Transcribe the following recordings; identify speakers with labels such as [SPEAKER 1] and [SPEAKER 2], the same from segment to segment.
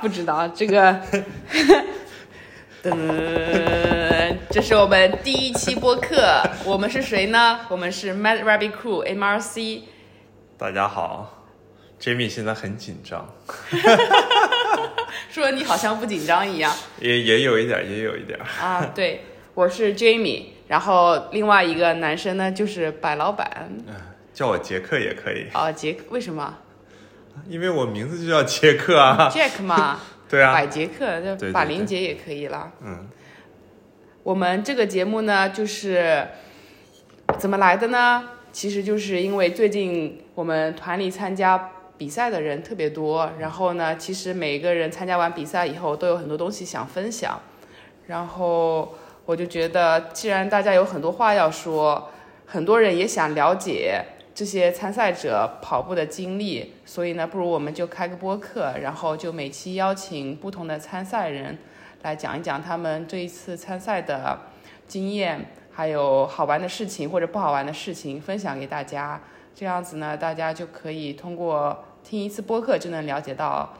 [SPEAKER 1] 不知道这 个。噔，嗯这是我们第一期播客，我们是谁呢？我们是 Mad Rabbit Crew MRC。
[SPEAKER 2] 大家好，Jamie 现在很紧张，
[SPEAKER 1] 说你好像不紧张一样
[SPEAKER 2] 也也有一点儿，也有一点儿。
[SPEAKER 1] 啊！对，我是 Jamie，然后另外一个男生呢就是白老板
[SPEAKER 2] 嗯叫我杰克也可以，
[SPEAKER 1] 啊，杰克为什么
[SPEAKER 2] 因为我名字就叫杰克啊。
[SPEAKER 1] Jack 嘛？
[SPEAKER 2] 对啊，
[SPEAKER 1] 百杰克，
[SPEAKER 2] 对
[SPEAKER 1] 就
[SPEAKER 2] 对
[SPEAKER 1] 百灵杰也可以了。
[SPEAKER 2] 嗯，
[SPEAKER 1] 我们这个节目呢，就是怎么来的呢？其实就是因为最近我们团里参加比赛的人特别多，然后呢，其实每个人参加完比赛以后都有很多东西想分享，然后我就觉得，既然大家有很多话要说，很多人也想了解这些参赛者跑步的经历，所以呢，不如我们就开个播客，然后就每期邀请不同的参赛人来讲一讲他们这一次参赛的经验，还有好玩的事情或者不好玩的事情分享给大家。这样子呢，大家就可以通过听一次播客就能了解到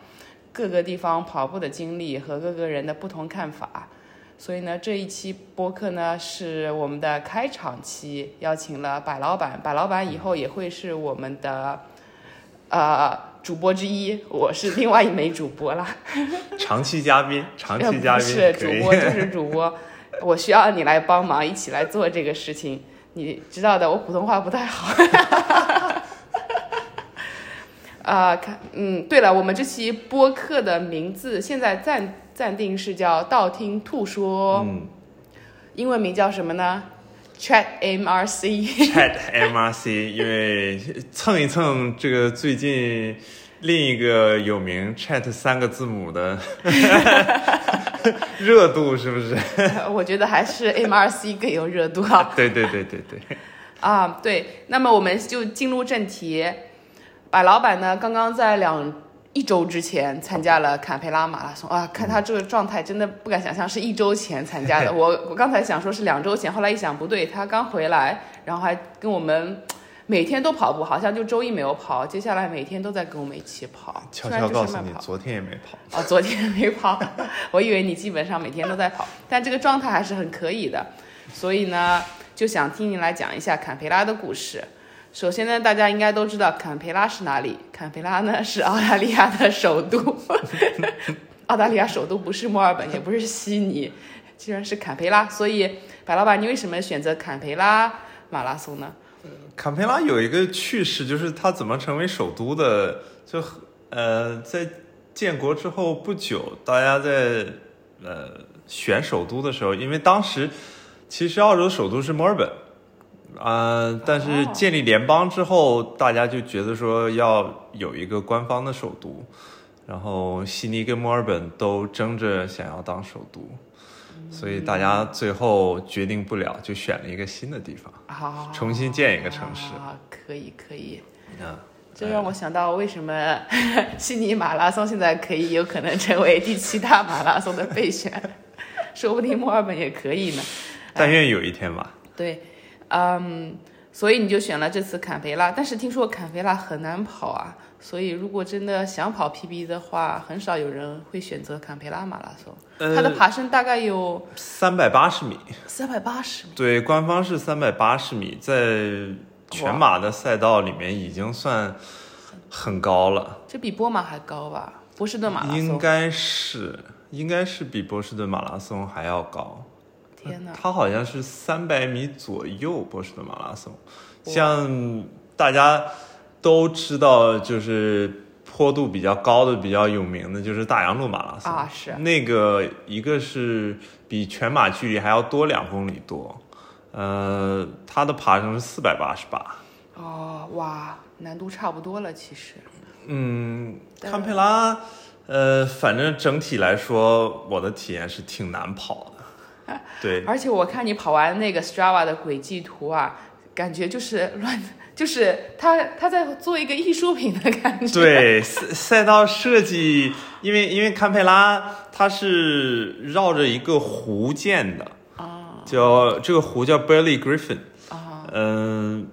[SPEAKER 1] 各个地方跑步的经历和各个人的不同看法。所以呢，这一期播客呢是我们的开场期，邀请了百老板，百老板以后也会是我们的呃主播之一，我是另外一枚主播啦。
[SPEAKER 2] 长期嘉宾，长
[SPEAKER 1] 呃
[SPEAKER 2] 期嘉
[SPEAKER 1] 不
[SPEAKER 2] 宾
[SPEAKER 1] 是主
[SPEAKER 2] 可以。
[SPEAKER 1] 播就是主播，我需要你来帮忙，一起来做这个事情。你知道的，我普通话不太好。 啊，看，嗯，对了，我们这期播客的名字现在暂暂定是叫“道听途说”，
[SPEAKER 2] 嗯
[SPEAKER 1] 英文名叫什么呢？Chat MRC。
[SPEAKER 2] ，Chat MRC，因为蹭一蹭这个最近另一个有名 Chat 三个字 母的热度是不是？
[SPEAKER 1] 我觉得还是 MRC 更有热度啊。
[SPEAKER 2] 对对对对对，
[SPEAKER 1] 啊，对，那么我们就进入正题。百老板呢，刚刚在两一周之前参加了坎培拉马拉松啊，看他这个状态，真的不敢想象是一周前参加的。 我我刚才想说是两周前，后来一想不对，他刚回来，然后还跟我们每天都跑步，好像就周一没有跑，接下来每天都在跟我们一起跑，
[SPEAKER 2] 悄
[SPEAKER 1] 虽然
[SPEAKER 2] 悄
[SPEAKER 1] 只
[SPEAKER 2] 告
[SPEAKER 1] 是
[SPEAKER 2] 诉
[SPEAKER 1] 慢
[SPEAKER 2] 你
[SPEAKER 1] 跑，。
[SPEAKER 2] 昨天也没跑。
[SPEAKER 1] 哦，昨天 没跑，我以为你基本上每天都在跑，但这个状态还是很可以的。所以呢，就想听你来讲一下坎培拉的故事。首先呢，大家应该都知道坎培拉是哪里。坎培拉呢是澳大利亚的首都， 澳大利亚首都不是墨尔本，也不是悉尼，居然是坎培拉。所以，白老板，你为什么选择坎培拉马拉松呢？
[SPEAKER 2] 坎培拉有一个趣事，就是它怎么成为首都的，就呃，在建国之后不久，大家在呃选首都的时候，因为当时其实澳洲首都是墨尔本，呃，但是
[SPEAKER 1] 哦
[SPEAKER 2] 建立联邦之后，大家就觉得说要有一个官方的首都，然后悉尼跟墨尔本都争着想要当首都。所以大家最后决定不了，就选了一个新的地方。
[SPEAKER 1] 啊，
[SPEAKER 2] 重新建一个城市
[SPEAKER 1] 啊，可以可以。
[SPEAKER 2] 嗯，
[SPEAKER 1] 这让我想到，为什么 悉尼马拉松现在可以有可能成为第七大马拉松的备选， 说不定墨尔本也可以呢。
[SPEAKER 2] 但愿有一天吧。
[SPEAKER 1] 对，嗯，所以你就选了这次坎培拉，但是听说坎培拉很难跑啊，所以如果真的想跑 PB 的话，很少有人会选择坎培拉马拉松。
[SPEAKER 2] 呃
[SPEAKER 1] 它的爬升大概有
[SPEAKER 2] 三百八十米，
[SPEAKER 1] 三百八十米，
[SPEAKER 2] 对，官方是三百八十米，在全马的赛道里面已经算很高了，
[SPEAKER 1] 这比波马还高吧？波士顿马拉
[SPEAKER 2] 应
[SPEAKER 1] 松，
[SPEAKER 2] 该是应该是比波士顿马拉松还要高。
[SPEAKER 1] 天哪！
[SPEAKER 2] 它好像是三百米左右波士顿马拉松，像大家都知道，就是坡度比较高的、比较有名的就是大洋路马拉松
[SPEAKER 1] 啊是
[SPEAKER 2] 那个一个是比全马距离还要多两公里多，呃，它的爬升是四百八十八。
[SPEAKER 1] 哦，哇，难度差不多了，其实。
[SPEAKER 2] 嗯，
[SPEAKER 1] 对
[SPEAKER 2] 堪培拉，呃，反正整体来说，我的体验是挺难跑 的。对，
[SPEAKER 1] 而且我看你跑完那个 Strava 的轨迹图啊，感觉就是 乱，就是他他在做一个艺术品的感觉。，
[SPEAKER 2] 对，赛赛道设计，因为因为堪培拉它是绕着一个湖建的，
[SPEAKER 1] 啊
[SPEAKER 2] 叫这个湖叫 Burley Griffin，
[SPEAKER 1] 啊
[SPEAKER 2] 嗯、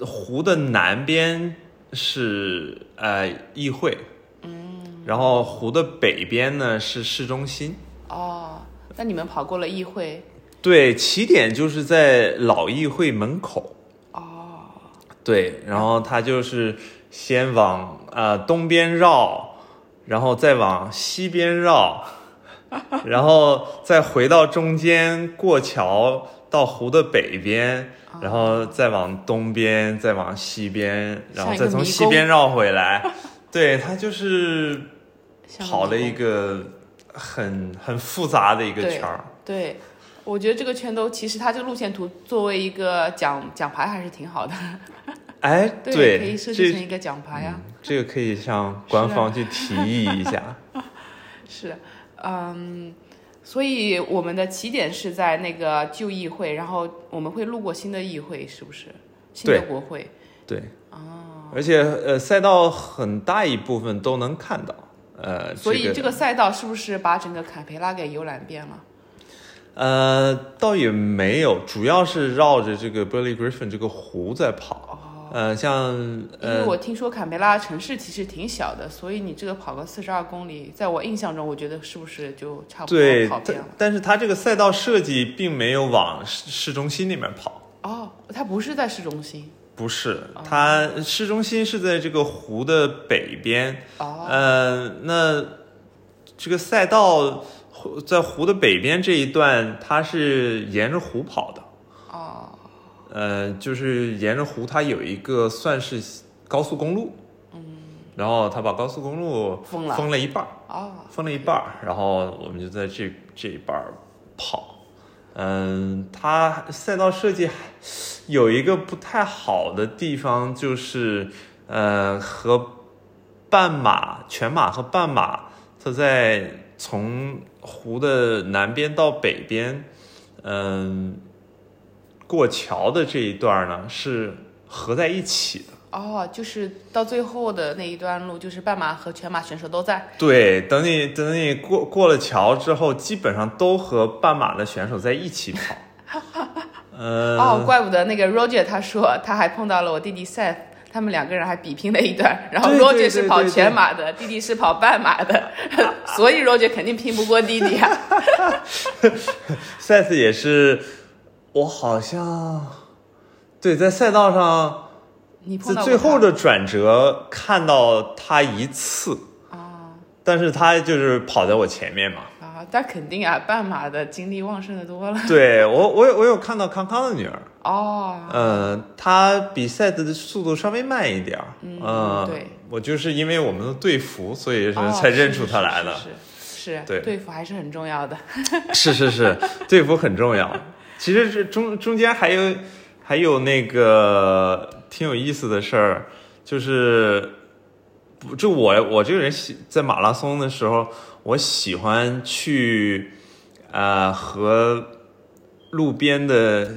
[SPEAKER 2] 湖的南边是呃议会，嗯，然后湖的北边呢是市中心。
[SPEAKER 1] 哦，那你们跑过了议会，
[SPEAKER 2] 对，起点就是在老议会门口。哦。对，然后它就是先往呃东边绕，然后再往西 边绕，然后再回到中间过桥到湖的北边，
[SPEAKER 1] 哦
[SPEAKER 2] 然后再往东边，再往西边，然
[SPEAKER 1] 像
[SPEAKER 2] 后
[SPEAKER 1] 一
[SPEAKER 2] 再
[SPEAKER 1] 个
[SPEAKER 2] 从
[SPEAKER 1] 迷
[SPEAKER 2] 西
[SPEAKER 1] 宫
[SPEAKER 2] 边绕回来。对，它就是
[SPEAKER 1] 像
[SPEAKER 2] 跑了
[SPEAKER 1] 迷宫
[SPEAKER 2] 一个很很复杂的一个
[SPEAKER 1] 对
[SPEAKER 2] 圈儿。
[SPEAKER 1] 对，我觉得这个圈都其实它这个路线图作为一个奖奖牌还是挺好的，
[SPEAKER 2] 哎，
[SPEAKER 1] 可以设
[SPEAKER 2] 这
[SPEAKER 1] 计成一个奖牌啊。
[SPEAKER 2] 这个可以向官方去提议一下。
[SPEAKER 1] 是，嗯，所以我们的起点是在那个旧议会，然后我们会路过新的议会，是不是？新的
[SPEAKER 2] 对
[SPEAKER 1] 国会。
[SPEAKER 2] 对，
[SPEAKER 1] 哦
[SPEAKER 2] 而且呃，赛道很大一部分都能看到。呃，
[SPEAKER 1] 所以
[SPEAKER 2] 这
[SPEAKER 1] 这个赛道是不是把整个坎培拉给游览遍了？
[SPEAKER 2] 呃，倒也没有，主要是绕着这个 Billy Griffin 这个湖在
[SPEAKER 1] 哦
[SPEAKER 2] 跑。呃，像
[SPEAKER 1] 因为
[SPEAKER 2] 呃，
[SPEAKER 1] 我听说坎培拉城市其实挺小的，所以你这个跑个四十二公里，在我印象中，我觉得是不是就差不多
[SPEAKER 2] 对，
[SPEAKER 1] 跑遍
[SPEAKER 2] 但
[SPEAKER 1] 了？
[SPEAKER 2] 但是它这个赛道设计并没有往市市中心里面跑。
[SPEAKER 1] 哦，它不是在市中心。
[SPEAKER 2] 不是，
[SPEAKER 1] 哦
[SPEAKER 2] 它市中心是在这个湖的北边。
[SPEAKER 1] 哦
[SPEAKER 2] 呃，那这个赛道湖在湖的北边这一段，它是沿着湖跑的。
[SPEAKER 1] 哦，
[SPEAKER 2] 呃，就是沿着湖，它有一个算是高速公路。嗯。然后他把高速公路
[SPEAKER 1] 封了
[SPEAKER 2] 封了一半儿，
[SPEAKER 1] 哦，
[SPEAKER 2] 分了一半儿，然后我们就在这这一半儿跑。嗯，它赛道设计还有一个不太好的地方，就是呃和半马、全马和半马，它在从湖的南边到北边，嗯、过桥的这一段儿呢是合在一起的。
[SPEAKER 1] 哦，就是到最后的那一段路，就是半马和全马选手都在。
[SPEAKER 2] 对，等你等你过过了桥之后，基本上都和半马的选手在一起跑。呃，
[SPEAKER 1] 哦，怪不得那个 Roger 他说他还碰到了我弟弟 Seth，他们两个人还比拼了一段，然后
[SPEAKER 2] 对
[SPEAKER 1] Roger
[SPEAKER 2] 对
[SPEAKER 1] 是
[SPEAKER 2] 对
[SPEAKER 1] 跑
[SPEAKER 2] 对
[SPEAKER 1] 全
[SPEAKER 2] 对
[SPEAKER 1] 马的，弟弟是跑半马的，所以 Roger 肯定拼不过弟弟啊。
[SPEAKER 2] 赛斯也是，我好像对在赛道上
[SPEAKER 1] 你碰
[SPEAKER 2] 在
[SPEAKER 1] 到
[SPEAKER 2] 最
[SPEAKER 1] 过
[SPEAKER 2] 后
[SPEAKER 1] 他
[SPEAKER 2] 的转折看到他一次，
[SPEAKER 1] 啊
[SPEAKER 2] 但是他就是跑在我前面嘛。
[SPEAKER 1] 啊，但肯定啊，半马的精力旺盛的多了。
[SPEAKER 2] 对我，我有我有看到康康的女儿，
[SPEAKER 1] 哦，
[SPEAKER 2] 呃，她比赛的速度稍微慢一点儿，
[SPEAKER 1] 嗯
[SPEAKER 2] 呃
[SPEAKER 1] 对，
[SPEAKER 2] 我就是因为我们的队服，所以
[SPEAKER 1] 哦
[SPEAKER 2] 是才认
[SPEAKER 1] 是
[SPEAKER 2] 出
[SPEAKER 1] 是
[SPEAKER 2] 她
[SPEAKER 1] 是
[SPEAKER 2] 来的。
[SPEAKER 1] 是是是
[SPEAKER 2] 对
[SPEAKER 1] 对付还是很重要的。
[SPEAKER 2] 是是是，队服很重要。其实这中中间还有还有那个挺有意思的事儿，就是不就我我这个人喜在马拉松的时候，我喜欢去呃和路边的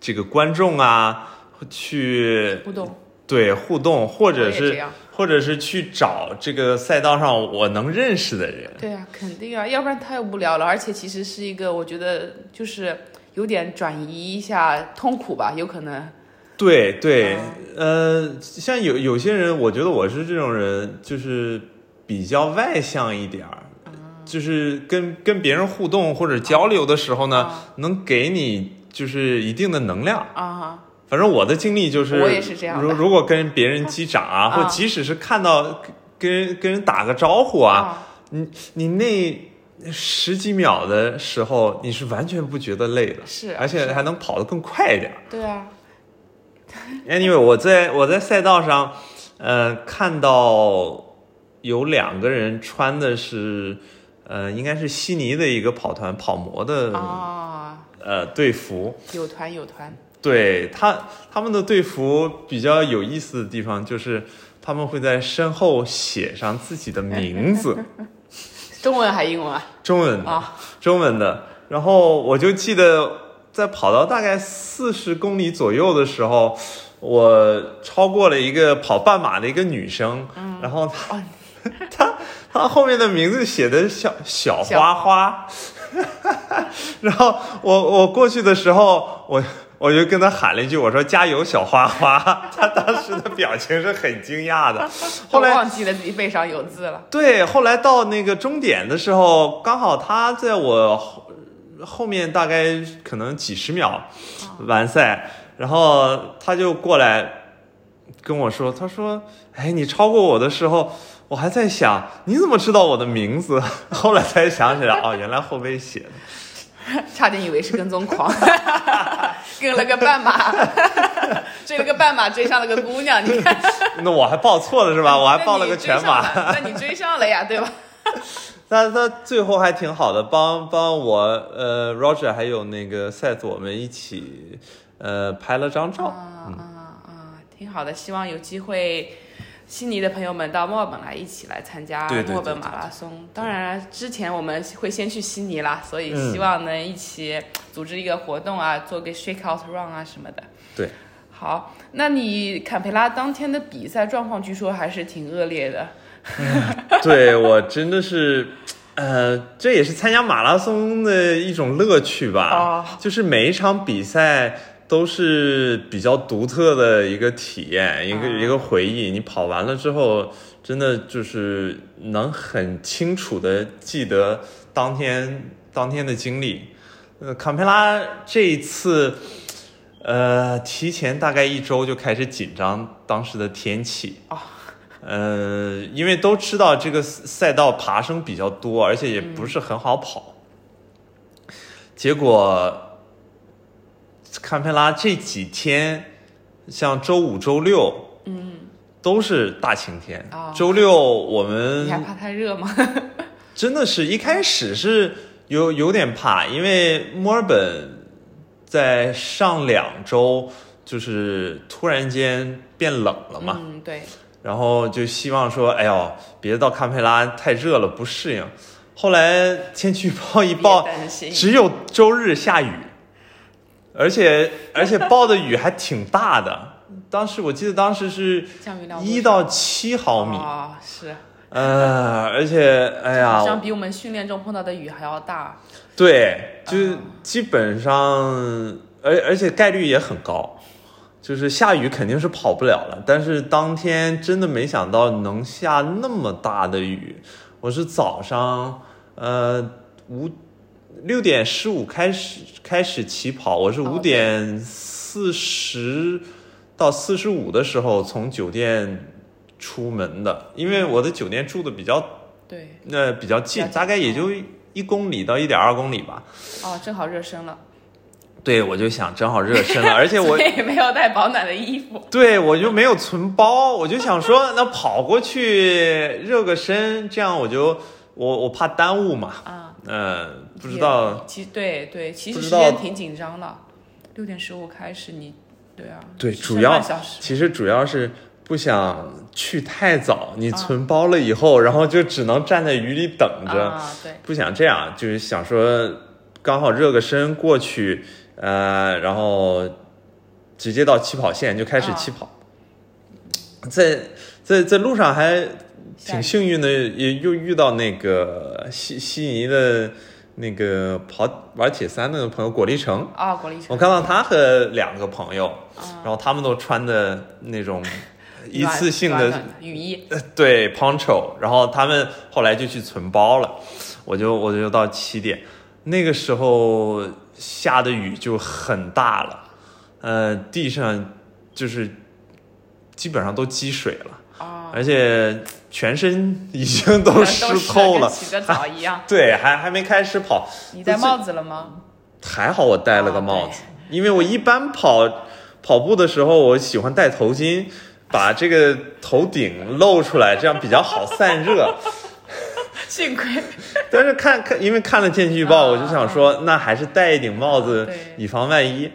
[SPEAKER 2] 这个观众啊去
[SPEAKER 1] 互动，
[SPEAKER 2] 对互动，或
[SPEAKER 1] 我
[SPEAKER 2] 者
[SPEAKER 1] 也这
[SPEAKER 2] 是
[SPEAKER 1] 样
[SPEAKER 2] 或者是去找这个赛道上我能认识的人。
[SPEAKER 1] 对啊，肯定啊，要不然太无聊了。而且其实是一个，我觉得就是有点转移一下痛苦吧，有可能。
[SPEAKER 2] 对对
[SPEAKER 1] 啊，
[SPEAKER 2] 呃，像有有些人，我觉得我是这种人，就是比较外向一点儿，
[SPEAKER 1] 嗯
[SPEAKER 2] 就是跟跟别人互动或者交流的时候呢，
[SPEAKER 1] 啊
[SPEAKER 2] 能给你就是一定的能量。
[SPEAKER 1] 啊，
[SPEAKER 2] 反正我的经历就是，
[SPEAKER 1] 我也是这样的
[SPEAKER 2] 如如果跟别人击 掌啊，
[SPEAKER 1] 啊
[SPEAKER 2] 或即使是看到跟人跟人打个招呼啊，
[SPEAKER 1] 啊，
[SPEAKER 2] 你你那十几秒的时候，你是完全不觉得累的，
[SPEAKER 1] 是
[SPEAKER 2] 而且
[SPEAKER 1] 是
[SPEAKER 2] 还能跑得更快一点。
[SPEAKER 1] 对啊，
[SPEAKER 2] Anyway，我在我在赛道上，呃，看到有两个人穿的是，呃，应该是悉尼的一个跑团跑模的、
[SPEAKER 1] 啊，
[SPEAKER 2] 呃队服。
[SPEAKER 1] 有团有团，
[SPEAKER 2] 对他他们的队服比较有意思的地方就是，他们会在身后写上自己的名字，
[SPEAKER 1] 中文还英文啊？
[SPEAKER 2] 中文的
[SPEAKER 1] 啊，
[SPEAKER 2] 中文的。然后我就记得在跑到大概四十公里左右的时候，我超过了一个跑半马的一个女生，然后她、 她她后面的名字写的小小
[SPEAKER 1] 小
[SPEAKER 2] 花花，然后我我过去的时候，我。我我就跟他喊了一句，我说加油，小花花。他当时的表情是很惊讶的。
[SPEAKER 1] 我
[SPEAKER 2] 后来
[SPEAKER 1] 忘记了自己背上有字了。
[SPEAKER 2] 对，后来到那个终点的时候，刚好他在我后后面大概可能几十秒完赛，然后他就过来跟我说，他说：“哎，你超过我的时候，我还在想你怎么知道我的名字？” 后来才想起来，哦，原来后背写的。
[SPEAKER 1] 差点以为是跟踪狂， 跟了个半 马，追了个半马，追上了个姑娘，你看，
[SPEAKER 2] 那我还报错了是吧？我还报了个全马。
[SPEAKER 1] 那你追上了，那你追上了呀，对吧？
[SPEAKER 2] 但他最后还挺好的，帮帮我呃，Roger 还有那个 Seth 我们一起呃拍了张
[SPEAKER 1] 啊
[SPEAKER 2] 照。
[SPEAKER 1] 啊啊，挺好的，希望有机会。悉尼的朋友们到墨尔本来一起来参加
[SPEAKER 2] 对对对
[SPEAKER 1] 墨尔本马拉松。当然了，之前我们会先去悉尼啦，所以
[SPEAKER 2] 嗯
[SPEAKER 1] 希望能一起组织一个活动啊，做个 shake out run 啊什么的。
[SPEAKER 2] 对，
[SPEAKER 1] 好，那你坎培拉当天的比赛状况据说还是挺恶劣的。
[SPEAKER 2] 对我真的是，呃，这也是参加马拉松的一种乐趣吧。
[SPEAKER 1] 哦
[SPEAKER 2] 就是每一场比赛都是比较独特的一个体验，一个、
[SPEAKER 1] 哦
[SPEAKER 2] 一个回忆。你跑完了之后，真的就是能很清楚的记得当天当天的经历。呃，坎佩拉这一次。呃，提前大概一周就开始紧张当时的天气，呃，因为都知道这个赛道爬升比较多，而且也不是很好跑。结果，堪培拉这几天，像周五、周六，嗯，都是大晴天。
[SPEAKER 1] 哦
[SPEAKER 2] 周六我
[SPEAKER 1] 你还
[SPEAKER 2] 们
[SPEAKER 1] 怕太热吗？
[SPEAKER 2] 真的是一开始是有有点怕，因为墨尔本在上两周就是突然间变冷了嘛。
[SPEAKER 1] 嗯，对，
[SPEAKER 2] 然后就希望说，哎呦，别到堪培拉太热了，不适应。后来天气预报一报
[SPEAKER 1] 别，担心
[SPEAKER 2] 只有周日下雨，而且而且报的雨还挺大的。当时我记得当时是
[SPEAKER 1] 降雨量多
[SPEAKER 2] 一
[SPEAKER 1] 少
[SPEAKER 2] 到七毫米，
[SPEAKER 1] 哦，是，
[SPEAKER 2] 呃，而且哎呀
[SPEAKER 1] 好，像比我们训练中碰到的雨还要大。
[SPEAKER 2] 对，就是基本上，而而且概率也很高，就是下雨肯定是跑不了了。但是当天真的没想到能下那么大的雨，我是早上呃五六点十五开始开始起跑，我是
[SPEAKER 1] 哦
[SPEAKER 2] 五点四十到四十五的时候从酒店出门的，因为我的酒店住的比较
[SPEAKER 1] 对，
[SPEAKER 2] 那比较近哦
[SPEAKER 1] 了，解
[SPEAKER 2] 大概也就一公里到一点二公里吧。
[SPEAKER 1] 哦，正好热身 了，
[SPEAKER 2] 对，我就想正好热身 了，而且我
[SPEAKER 1] 所以没有带保暖的衣服。
[SPEAKER 2] 对我就没有存包，我就想说那跑过去热个身，这样我就我我怕耽误嘛。
[SPEAKER 1] 啊，
[SPEAKER 2] 呃，不知道，
[SPEAKER 1] 也。其对对，其实
[SPEAKER 2] 不
[SPEAKER 1] 时
[SPEAKER 2] 知道
[SPEAKER 1] 间挺紧张的，六点十五开始你，对啊，
[SPEAKER 2] 对
[SPEAKER 1] 只
[SPEAKER 2] 主
[SPEAKER 1] 剩
[SPEAKER 2] 要
[SPEAKER 1] 半小时。
[SPEAKER 2] 其实主要是不想去太早，你
[SPEAKER 1] 啊
[SPEAKER 2] 存包了以后，然后就只能站在雨里等着。
[SPEAKER 1] 啊，对，
[SPEAKER 2] 不想这样，就是想说刚好热个身过去，呃，然后直接到起跑线就开始起跑，在在在路上还挺幸运的，也又遇到那个悉悉尼的那个跑玩铁三的朋友果粒橙，
[SPEAKER 1] 啊，国立
[SPEAKER 2] 我
[SPEAKER 1] 城，
[SPEAKER 2] 看到他和两个朋友，然后他们都穿的那种一次性
[SPEAKER 1] 暖
[SPEAKER 2] 的
[SPEAKER 1] 暖暖雨啊衣，
[SPEAKER 2] 呃对 poncho，然后他们后来就去存包了，我就我就到起点，那个时候下的雨就很大了，呃，地上就是基本上都积水了，
[SPEAKER 1] 啊，
[SPEAKER 2] 而且哦全身已经都 湿
[SPEAKER 1] 湿
[SPEAKER 2] 透了，
[SPEAKER 1] 洗个澡一 样。
[SPEAKER 2] 对，还还没开始跑，
[SPEAKER 1] 你戴帽子了吗？
[SPEAKER 2] 还好我戴了个帽子，因为我一般跑跑步的时候，我喜欢戴头巾，把这个头顶露出来，这样比较好散热。
[SPEAKER 1] 幸 亏
[SPEAKER 2] 但是看看，因为看了天气预报，
[SPEAKER 1] 啊
[SPEAKER 2] 我就想说，那还是戴一顶帽子
[SPEAKER 1] 对，
[SPEAKER 2] 以防万一。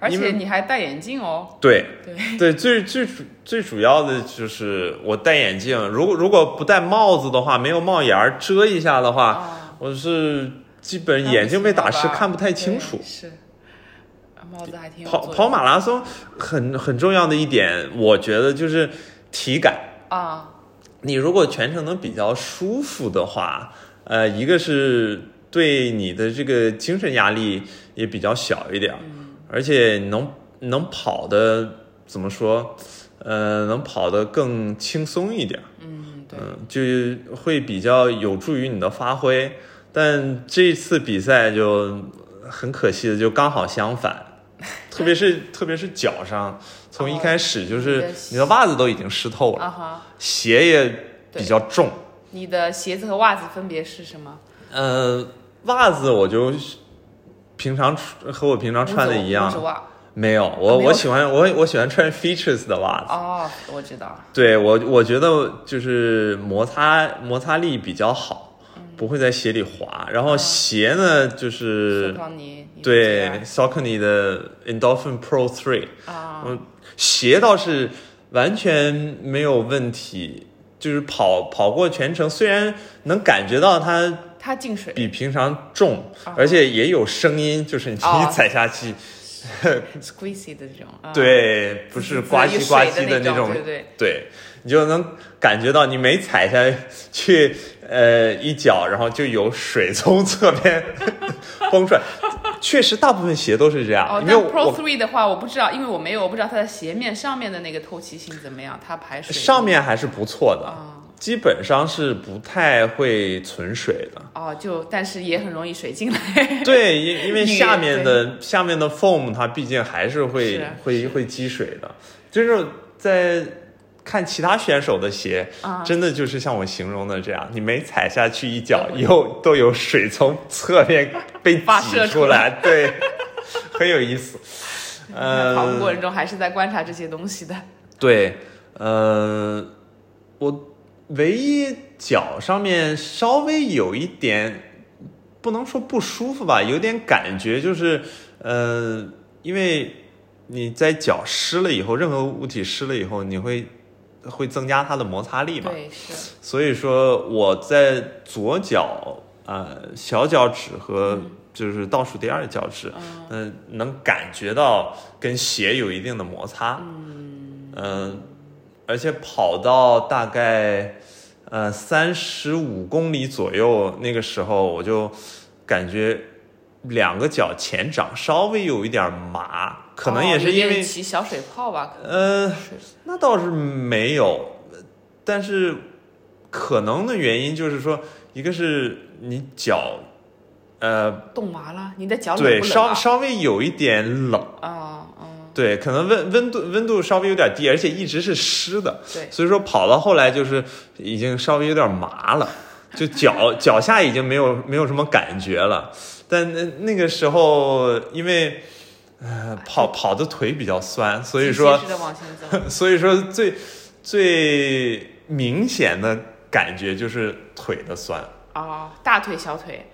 [SPEAKER 1] 而
[SPEAKER 2] 因
[SPEAKER 1] 且
[SPEAKER 2] 为
[SPEAKER 1] 你还戴眼镜 哦。
[SPEAKER 2] 对
[SPEAKER 1] 对
[SPEAKER 2] 对，最最主最主要的就是我戴眼镜，如果如果不戴帽子的话，没有帽檐儿遮一下的话，
[SPEAKER 1] 啊，
[SPEAKER 2] 我是基
[SPEAKER 1] 哦
[SPEAKER 2] 本眼睛被打湿，看不太清楚
[SPEAKER 1] 对。是，啊帽子还挺有
[SPEAKER 2] 跑
[SPEAKER 1] 作用
[SPEAKER 2] 跑马拉松很很重要的一点，我觉得就是体感。
[SPEAKER 1] 啊，
[SPEAKER 2] 你如果全程能比较舒服的话，呃，一个是对你的这个精神压力也比较小一点儿，而且能能跑的怎么说，呃，能跑得更轻松一点儿，
[SPEAKER 1] 嗯，对，
[SPEAKER 2] 嗯，就会比较有助于你的发挥。但这次比赛就很可惜的，就刚好相反，特别是特别是脚上，从一开始就
[SPEAKER 1] 你
[SPEAKER 2] 是
[SPEAKER 1] 的
[SPEAKER 2] 你的袜子都已经湿透了，
[SPEAKER 1] 啊哈，
[SPEAKER 2] 鞋也比较重，
[SPEAKER 1] 你的鞋子和袜子分别是什么？
[SPEAKER 2] 呃，袜子我就平常穿和我平常穿的
[SPEAKER 1] 五
[SPEAKER 2] 一
[SPEAKER 1] 指
[SPEAKER 2] 样，
[SPEAKER 1] 袜。
[SPEAKER 2] 没有，我
[SPEAKER 1] 啊没有
[SPEAKER 2] 我喜欢我我喜欢穿 Features 的袜子。
[SPEAKER 1] 哦，我知道。
[SPEAKER 2] 对我，我觉得就是摩擦摩擦力比较好，
[SPEAKER 1] 嗯
[SPEAKER 2] 不会在鞋里滑。然
[SPEAKER 1] 啊
[SPEAKER 2] 后鞋呢，就
[SPEAKER 1] 是
[SPEAKER 2] 是
[SPEAKER 1] 你你
[SPEAKER 2] 对
[SPEAKER 1] 会
[SPEAKER 2] Saucony 的 Endorphin Pro Three，
[SPEAKER 1] 这样啊，
[SPEAKER 2] 嗯，鞋倒是完全没有问题，就是跑跑过全程，虽然能感觉到它
[SPEAKER 1] 它进水
[SPEAKER 2] 比平常重
[SPEAKER 1] 啊，
[SPEAKER 2] 而且也有声音，就是你
[SPEAKER 1] 哦
[SPEAKER 2] 踩下去，
[SPEAKER 1] squeezy 的这种啊，
[SPEAKER 2] 对，不是
[SPEAKER 1] 滋
[SPEAKER 2] 呱
[SPEAKER 1] 有
[SPEAKER 2] 唧呱
[SPEAKER 1] 水
[SPEAKER 2] 唧
[SPEAKER 1] 的
[SPEAKER 2] 的那种
[SPEAKER 1] 对对
[SPEAKER 2] 对，你就能感觉到你每踩下去，呃，一脚，然后就有水从侧边 崩出来。确实，大部分鞋都是这样，
[SPEAKER 1] 哦，
[SPEAKER 2] 因为
[SPEAKER 1] 但
[SPEAKER 2] 我
[SPEAKER 1] Pro
[SPEAKER 2] 我
[SPEAKER 1] Three 的话，我不知道，因为我没有，我不知道它的鞋面上面的那个透气性怎么样，它排水
[SPEAKER 2] 上面还是不错的，
[SPEAKER 1] 啊
[SPEAKER 2] 基本上是不太会存水的。
[SPEAKER 1] 哦，就但是也很容易水进来。
[SPEAKER 2] 对，因因为
[SPEAKER 1] 也
[SPEAKER 2] 下面的下面的 foam 它毕竟还是会
[SPEAKER 1] 是
[SPEAKER 2] 会会积水的，就是在看其他选手的鞋，
[SPEAKER 1] 啊
[SPEAKER 2] 真的就是像我形容的这样，你每踩下去一脚，
[SPEAKER 1] 都会
[SPEAKER 2] 又都有水从侧面被
[SPEAKER 1] 发射
[SPEAKER 2] 挤
[SPEAKER 1] 出
[SPEAKER 2] 出来，对，很有意 思。
[SPEAKER 1] 跑步过
[SPEAKER 2] 呃，
[SPEAKER 1] 程中还是在观察这些东西的。
[SPEAKER 2] 对，呃，我唯一脚上面稍微有一点，不能说不舒服吧，有点感觉就是，呃，因为你在脚湿了以后，任何物体湿了以后，你会会增加它的摩擦力嘛，
[SPEAKER 1] 对，是
[SPEAKER 2] 所以说我在左脚呃小脚趾和
[SPEAKER 1] 嗯
[SPEAKER 2] 就是倒数第二脚趾，嗯、能感觉到跟鞋有一定的摩擦，嗯、而且跑到大概呃三十五公里左右那个时候，我就感觉两个脚前掌稍微有一点麻，可能也
[SPEAKER 1] 哦有
[SPEAKER 2] 是
[SPEAKER 1] 点
[SPEAKER 2] 因为、
[SPEAKER 1] 起小水泡吧。
[SPEAKER 2] 呃。
[SPEAKER 1] 是
[SPEAKER 2] 那倒是没有，但是可能的原因就是说，一个是你脚，呃，
[SPEAKER 1] 冻麻了，你的脚冷
[SPEAKER 2] 对，
[SPEAKER 1] 不冷
[SPEAKER 2] 稍
[SPEAKER 1] 啊？
[SPEAKER 2] 稍微有一点冷，
[SPEAKER 1] 啊，嗯，
[SPEAKER 2] 对，可能温温度温度稍微有点低，而且一直是湿的，
[SPEAKER 1] 对，
[SPEAKER 2] 所以说跑到后来就是已经稍微有点麻了，就脚脚下已经没有没有什么感觉了。但那那个时候，因为呃
[SPEAKER 1] 哎
[SPEAKER 2] 跑跑的腿比较酸，所以说
[SPEAKER 1] 是的往前走。
[SPEAKER 2] 所以说最最明显的感觉就是腿的酸，
[SPEAKER 1] 哦，大腿、小腿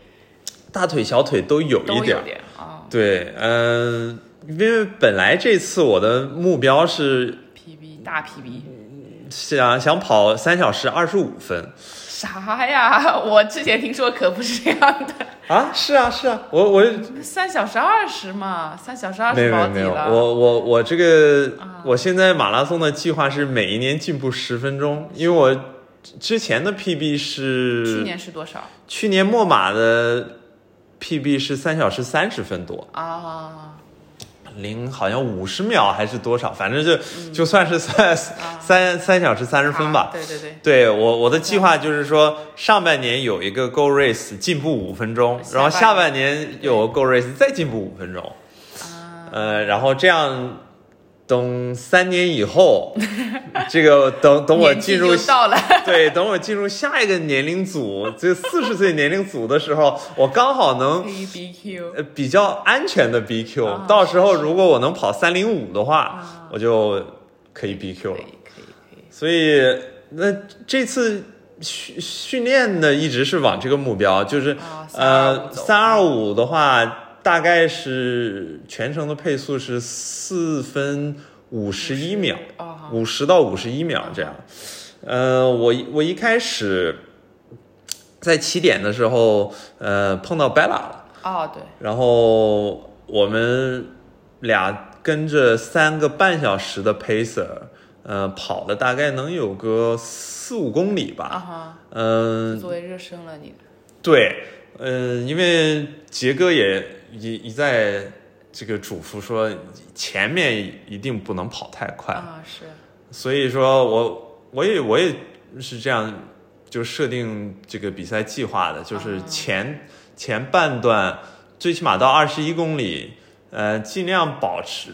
[SPEAKER 2] 大腿、小腿都有
[SPEAKER 1] 都
[SPEAKER 2] 一点
[SPEAKER 1] 有
[SPEAKER 2] 儿。
[SPEAKER 1] 点啊、
[SPEAKER 2] 对，嗯、因为本来这次我的目标是
[SPEAKER 1] p b 大 PB，
[SPEAKER 2] 想想跑三小时二十五分
[SPEAKER 1] 啥呀？ 我之前听说可不是这样的，
[SPEAKER 2] 啊，是啊是啊，我我
[SPEAKER 1] 三小时二十嘛，三小时二
[SPEAKER 2] 没
[SPEAKER 1] 十
[SPEAKER 2] 有没
[SPEAKER 1] 保
[SPEAKER 2] 有
[SPEAKER 1] 底
[SPEAKER 2] 没有，
[SPEAKER 1] 了。啊
[SPEAKER 2] 我我我这个、我现在马拉松的计划是每一年进步十分钟，因为我之前的 PB 是
[SPEAKER 1] 去年是多少
[SPEAKER 2] 去年墨马的 PB 是三小时三十分多，
[SPEAKER 1] 啊？
[SPEAKER 2] 零好像五十秒还是多少，反正就、
[SPEAKER 1] 嗯
[SPEAKER 2] 就算是三三三小时三十分
[SPEAKER 1] 啊
[SPEAKER 2] 吧。
[SPEAKER 1] 对对对，
[SPEAKER 2] 对我我的计划
[SPEAKER 1] 嗯
[SPEAKER 2] 就是说，上半年有一个 Go Race 进步五分钟，然后
[SPEAKER 1] 下
[SPEAKER 2] 下
[SPEAKER 1] 半
[SPEAKER 2] 半年有 Go Race 再进步五分钟，
[SPEAKER 1] 啊，
[SPEAKER 2] 呃，然后这样等三年 以后，这个等等我
[SPEAKER 1] 年纪
[SPEAKER 2] 进入
[SPEAKER 1] 就到 了，
[SPEAKER 2] 对，等我进入下一个年龄组，这四十岁年龄组的时候，我刚好能
[SPEAKER 1] A B Q
[SPEAKER 2] 呃比较安全的 BQ、
[SPEAKER 1] 啊
[SPEAKER 2] 到时候如果我能跑三零五的话，
[SPEAKER 1] 啊
[SPEAKER 2] 我就可以 BQ
[SPEAKER 1] 可
[SPEAKER 2] 了
[SPEAKER 1] 以。可以可以，
[SPEAKER 2] 所以那这次训训练呢，一直是往这个目标，就是、
[SPEAKER 1] 啊325
[SPEAKER 2] 呃
[SPEAKER 1] 走
[SPEAKER 2] 三二五的话，大概是全程的配速是四分五十一秒。
[SPEAKER 1] 啊，
[SPEAKER 2] 五十到五十一秒这样。呃，我一我一开始在起点的时候，呃，碰到 Bella 了，
[SPEAKER 1] 哦对，
[SPEAKER 2] 然后我们俩跟着三个半小时的 pacer，呃，跑了大概能有个四五公里
[SPEAKER 1] 啊
[SPEAKER 2] 吧。
[SPEAKER 1] 哈，
[SPEAKER 2] 嗯、
[SPEAKER 1] 作为热身了你，
[SPEAKER 2] 对，呃，因为杰哥也一一再这个嘱咐说，前面一定不能跑太快，
[SPEAKER 1] 啊，是
[SPEAKER 2] 所以说我我也我也是这样就设定这个比赛计划的，就是
[SPEAKER 1] 啊
[SPEAKER 2] 前、前半段最起码到二十一公里，呃，尽量保持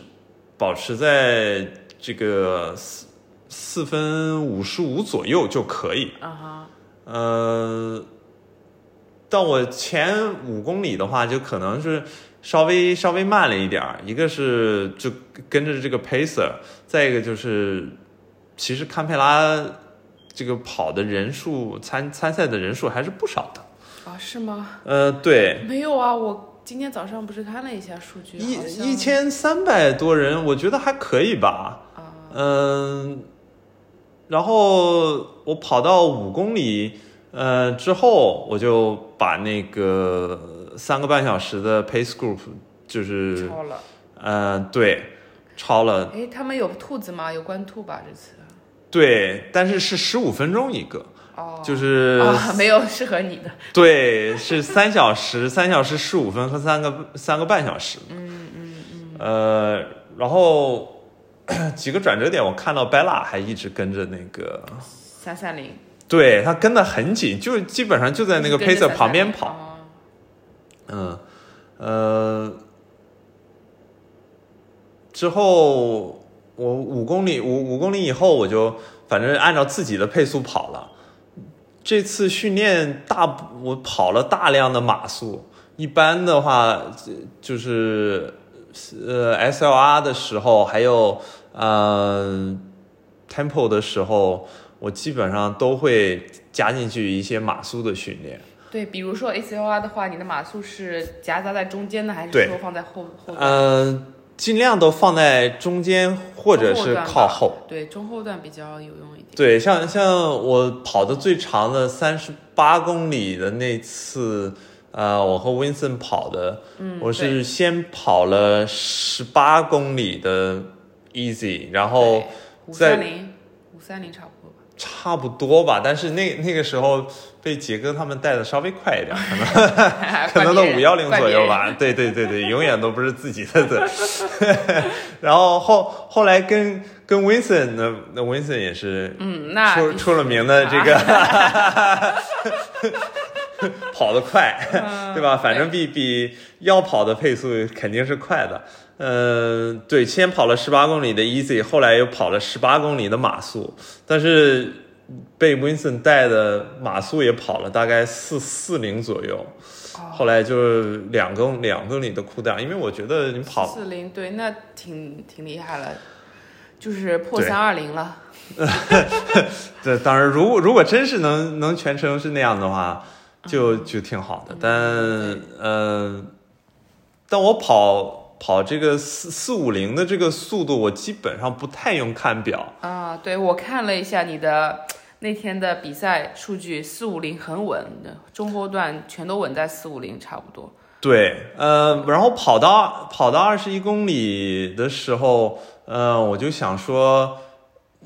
[SPEAKER 2] 保持在这个四四分五十五左右就可以。
[SPEAKER 1] 啊哈，
[SPEAKER 2] 呃，但我前五公里的话，就可能是稍微稍微慢了一点儿。一个是就跟着这个 pacer，再一个就是，其实堪培拉这个跑的人数参参赛的人数还是不少的。
[SPEAKER 1] 啊是吗？
[SPEAKER 2] 呃，对，
[SPEAKER 1] 没有啊，我今天早上不是看了一下数据，
[SPEAKER 2] 一
[SPEAKER 1] 好像
[SPEAKER 2] 一千三百多人，我觉得还可以吧。
[SPEAKER 1] 啊
[SPEAKER 2] 嗯，然后我跑到五公里，呃之后，我就把那个三个半小时的 pace group 就是
[SPEAKER 1] 超了。
[SPEAKER 2] 呃对超了，
[SPEAKER 1] 哎，他们有兔子吗？有关兔吧这次？
[SPEAKER 2] 对，但是是十五分钟一个，
[SPEAKER 1] 哦，
[SPEAKER 2] 就是、
[SPEAKER 1] 啊，没有适合你的。
[SPEAKER 2] 对是三小时，三小时十五分和三个三个半小时，嗯嗯嗯，呃，然后。 几个转折点，我看到 Bella 还一直跟着那个
[SPEAKER 1] 三三零
[SPEAKER 2] 对他跟得很紧，就基本上就在那个 pacer 旁边跑。
[SPEAKER 1] 跑。
[SPEAKER 2] 嗯，呃，之后我五公里五五公里以后，我就反正按照自己的配速跑了。这次训练大，我跑了大量的码速。一般的话，就是呃 SLR 的时候，还有呃 Tempo 的时候，我基本上都会加进去一些码速的训练。
[SPEAKER 1] 对，比如说 ACOR 的话，你的码速是夹杂在中间呢，还是
[SPEAKER 2] 对
[SPEAKER 1] 说放在后后段？
[SPEAKER 2] 嗯，尽量都放在中间或者是
[SPEAKER 1] 中
[SPEAKER 2] 靠后
[SPEAKER 1] 段吧。对，中后段比较有用一点。
[SPEAKER 2] 对，像像我跑的最长的三十八公里的那次，呃，我和 Vincent 跑的，
[SPEAKER 1] 嗯，
[SPEAKER 2] 我
[SPEAKER 1] 对
[SPEAKER 2] 是先跑了十八公里的 easy，然后
[SPEAKER 1] 五
[SPEAKER 2] 在
[SPEAKER 1] 三零五三零差不多吧。
[SPEAKER 2] 差不多吧，但是那那个时候被杰哥他们带的稍微快一点，可 能可能到
[SPEAKER 1] 怪别人
[SPEAKER 2] 五幺零左
[SPEAKER 1] 怪
[SPEAKER 2] 右。
[SPEAKER 1] 别人
[SPEAKER 2] 吧。对对对对，永远都不是自己的 责。然后后后来跟跟 Vincent 那那 Vincent 也是
[SPEAKER 1] 嗯，那
[SPEAKER 2] 出
[SPEAKER 1] 必须
[SPEAKER 2] 出了名的这 个跑得快，
[SPEAKER 1] 嗯
[SPEAKER 2] 对吧？反正比比要跑的配速肯定是快的。嗯、对，先跑了十八公里的 easy，后来又跑了十八公里的马速，但是被 Winston 带的马速也跑了大概四四零左右。
[SPEAKER 1] 哦
[SPEAKER 2] 后来就是两公两公里的 cool down，因为我觉得你跑
[SPEAKER 1] 四零对，那挺挺厉害了，就是破
[SPEAKER 2] 对
[SPEAKER 1] 三二零了。
[SPEAKER 2] 这当然，如果如果真是能能全程是那样的话，就就挺好的。但呃，但我跑跑这个四四五零的这个速度，我基本上不太用看表。
[SPEAKER 1] 啊，对，我看了一下你的那天的比赛数据，四五零很稳的，中后段全都稳在四五零差不多。
[SPEAKER 2] 对，呃，然后跑到跑到二十一公里的时候，呃，我就想说，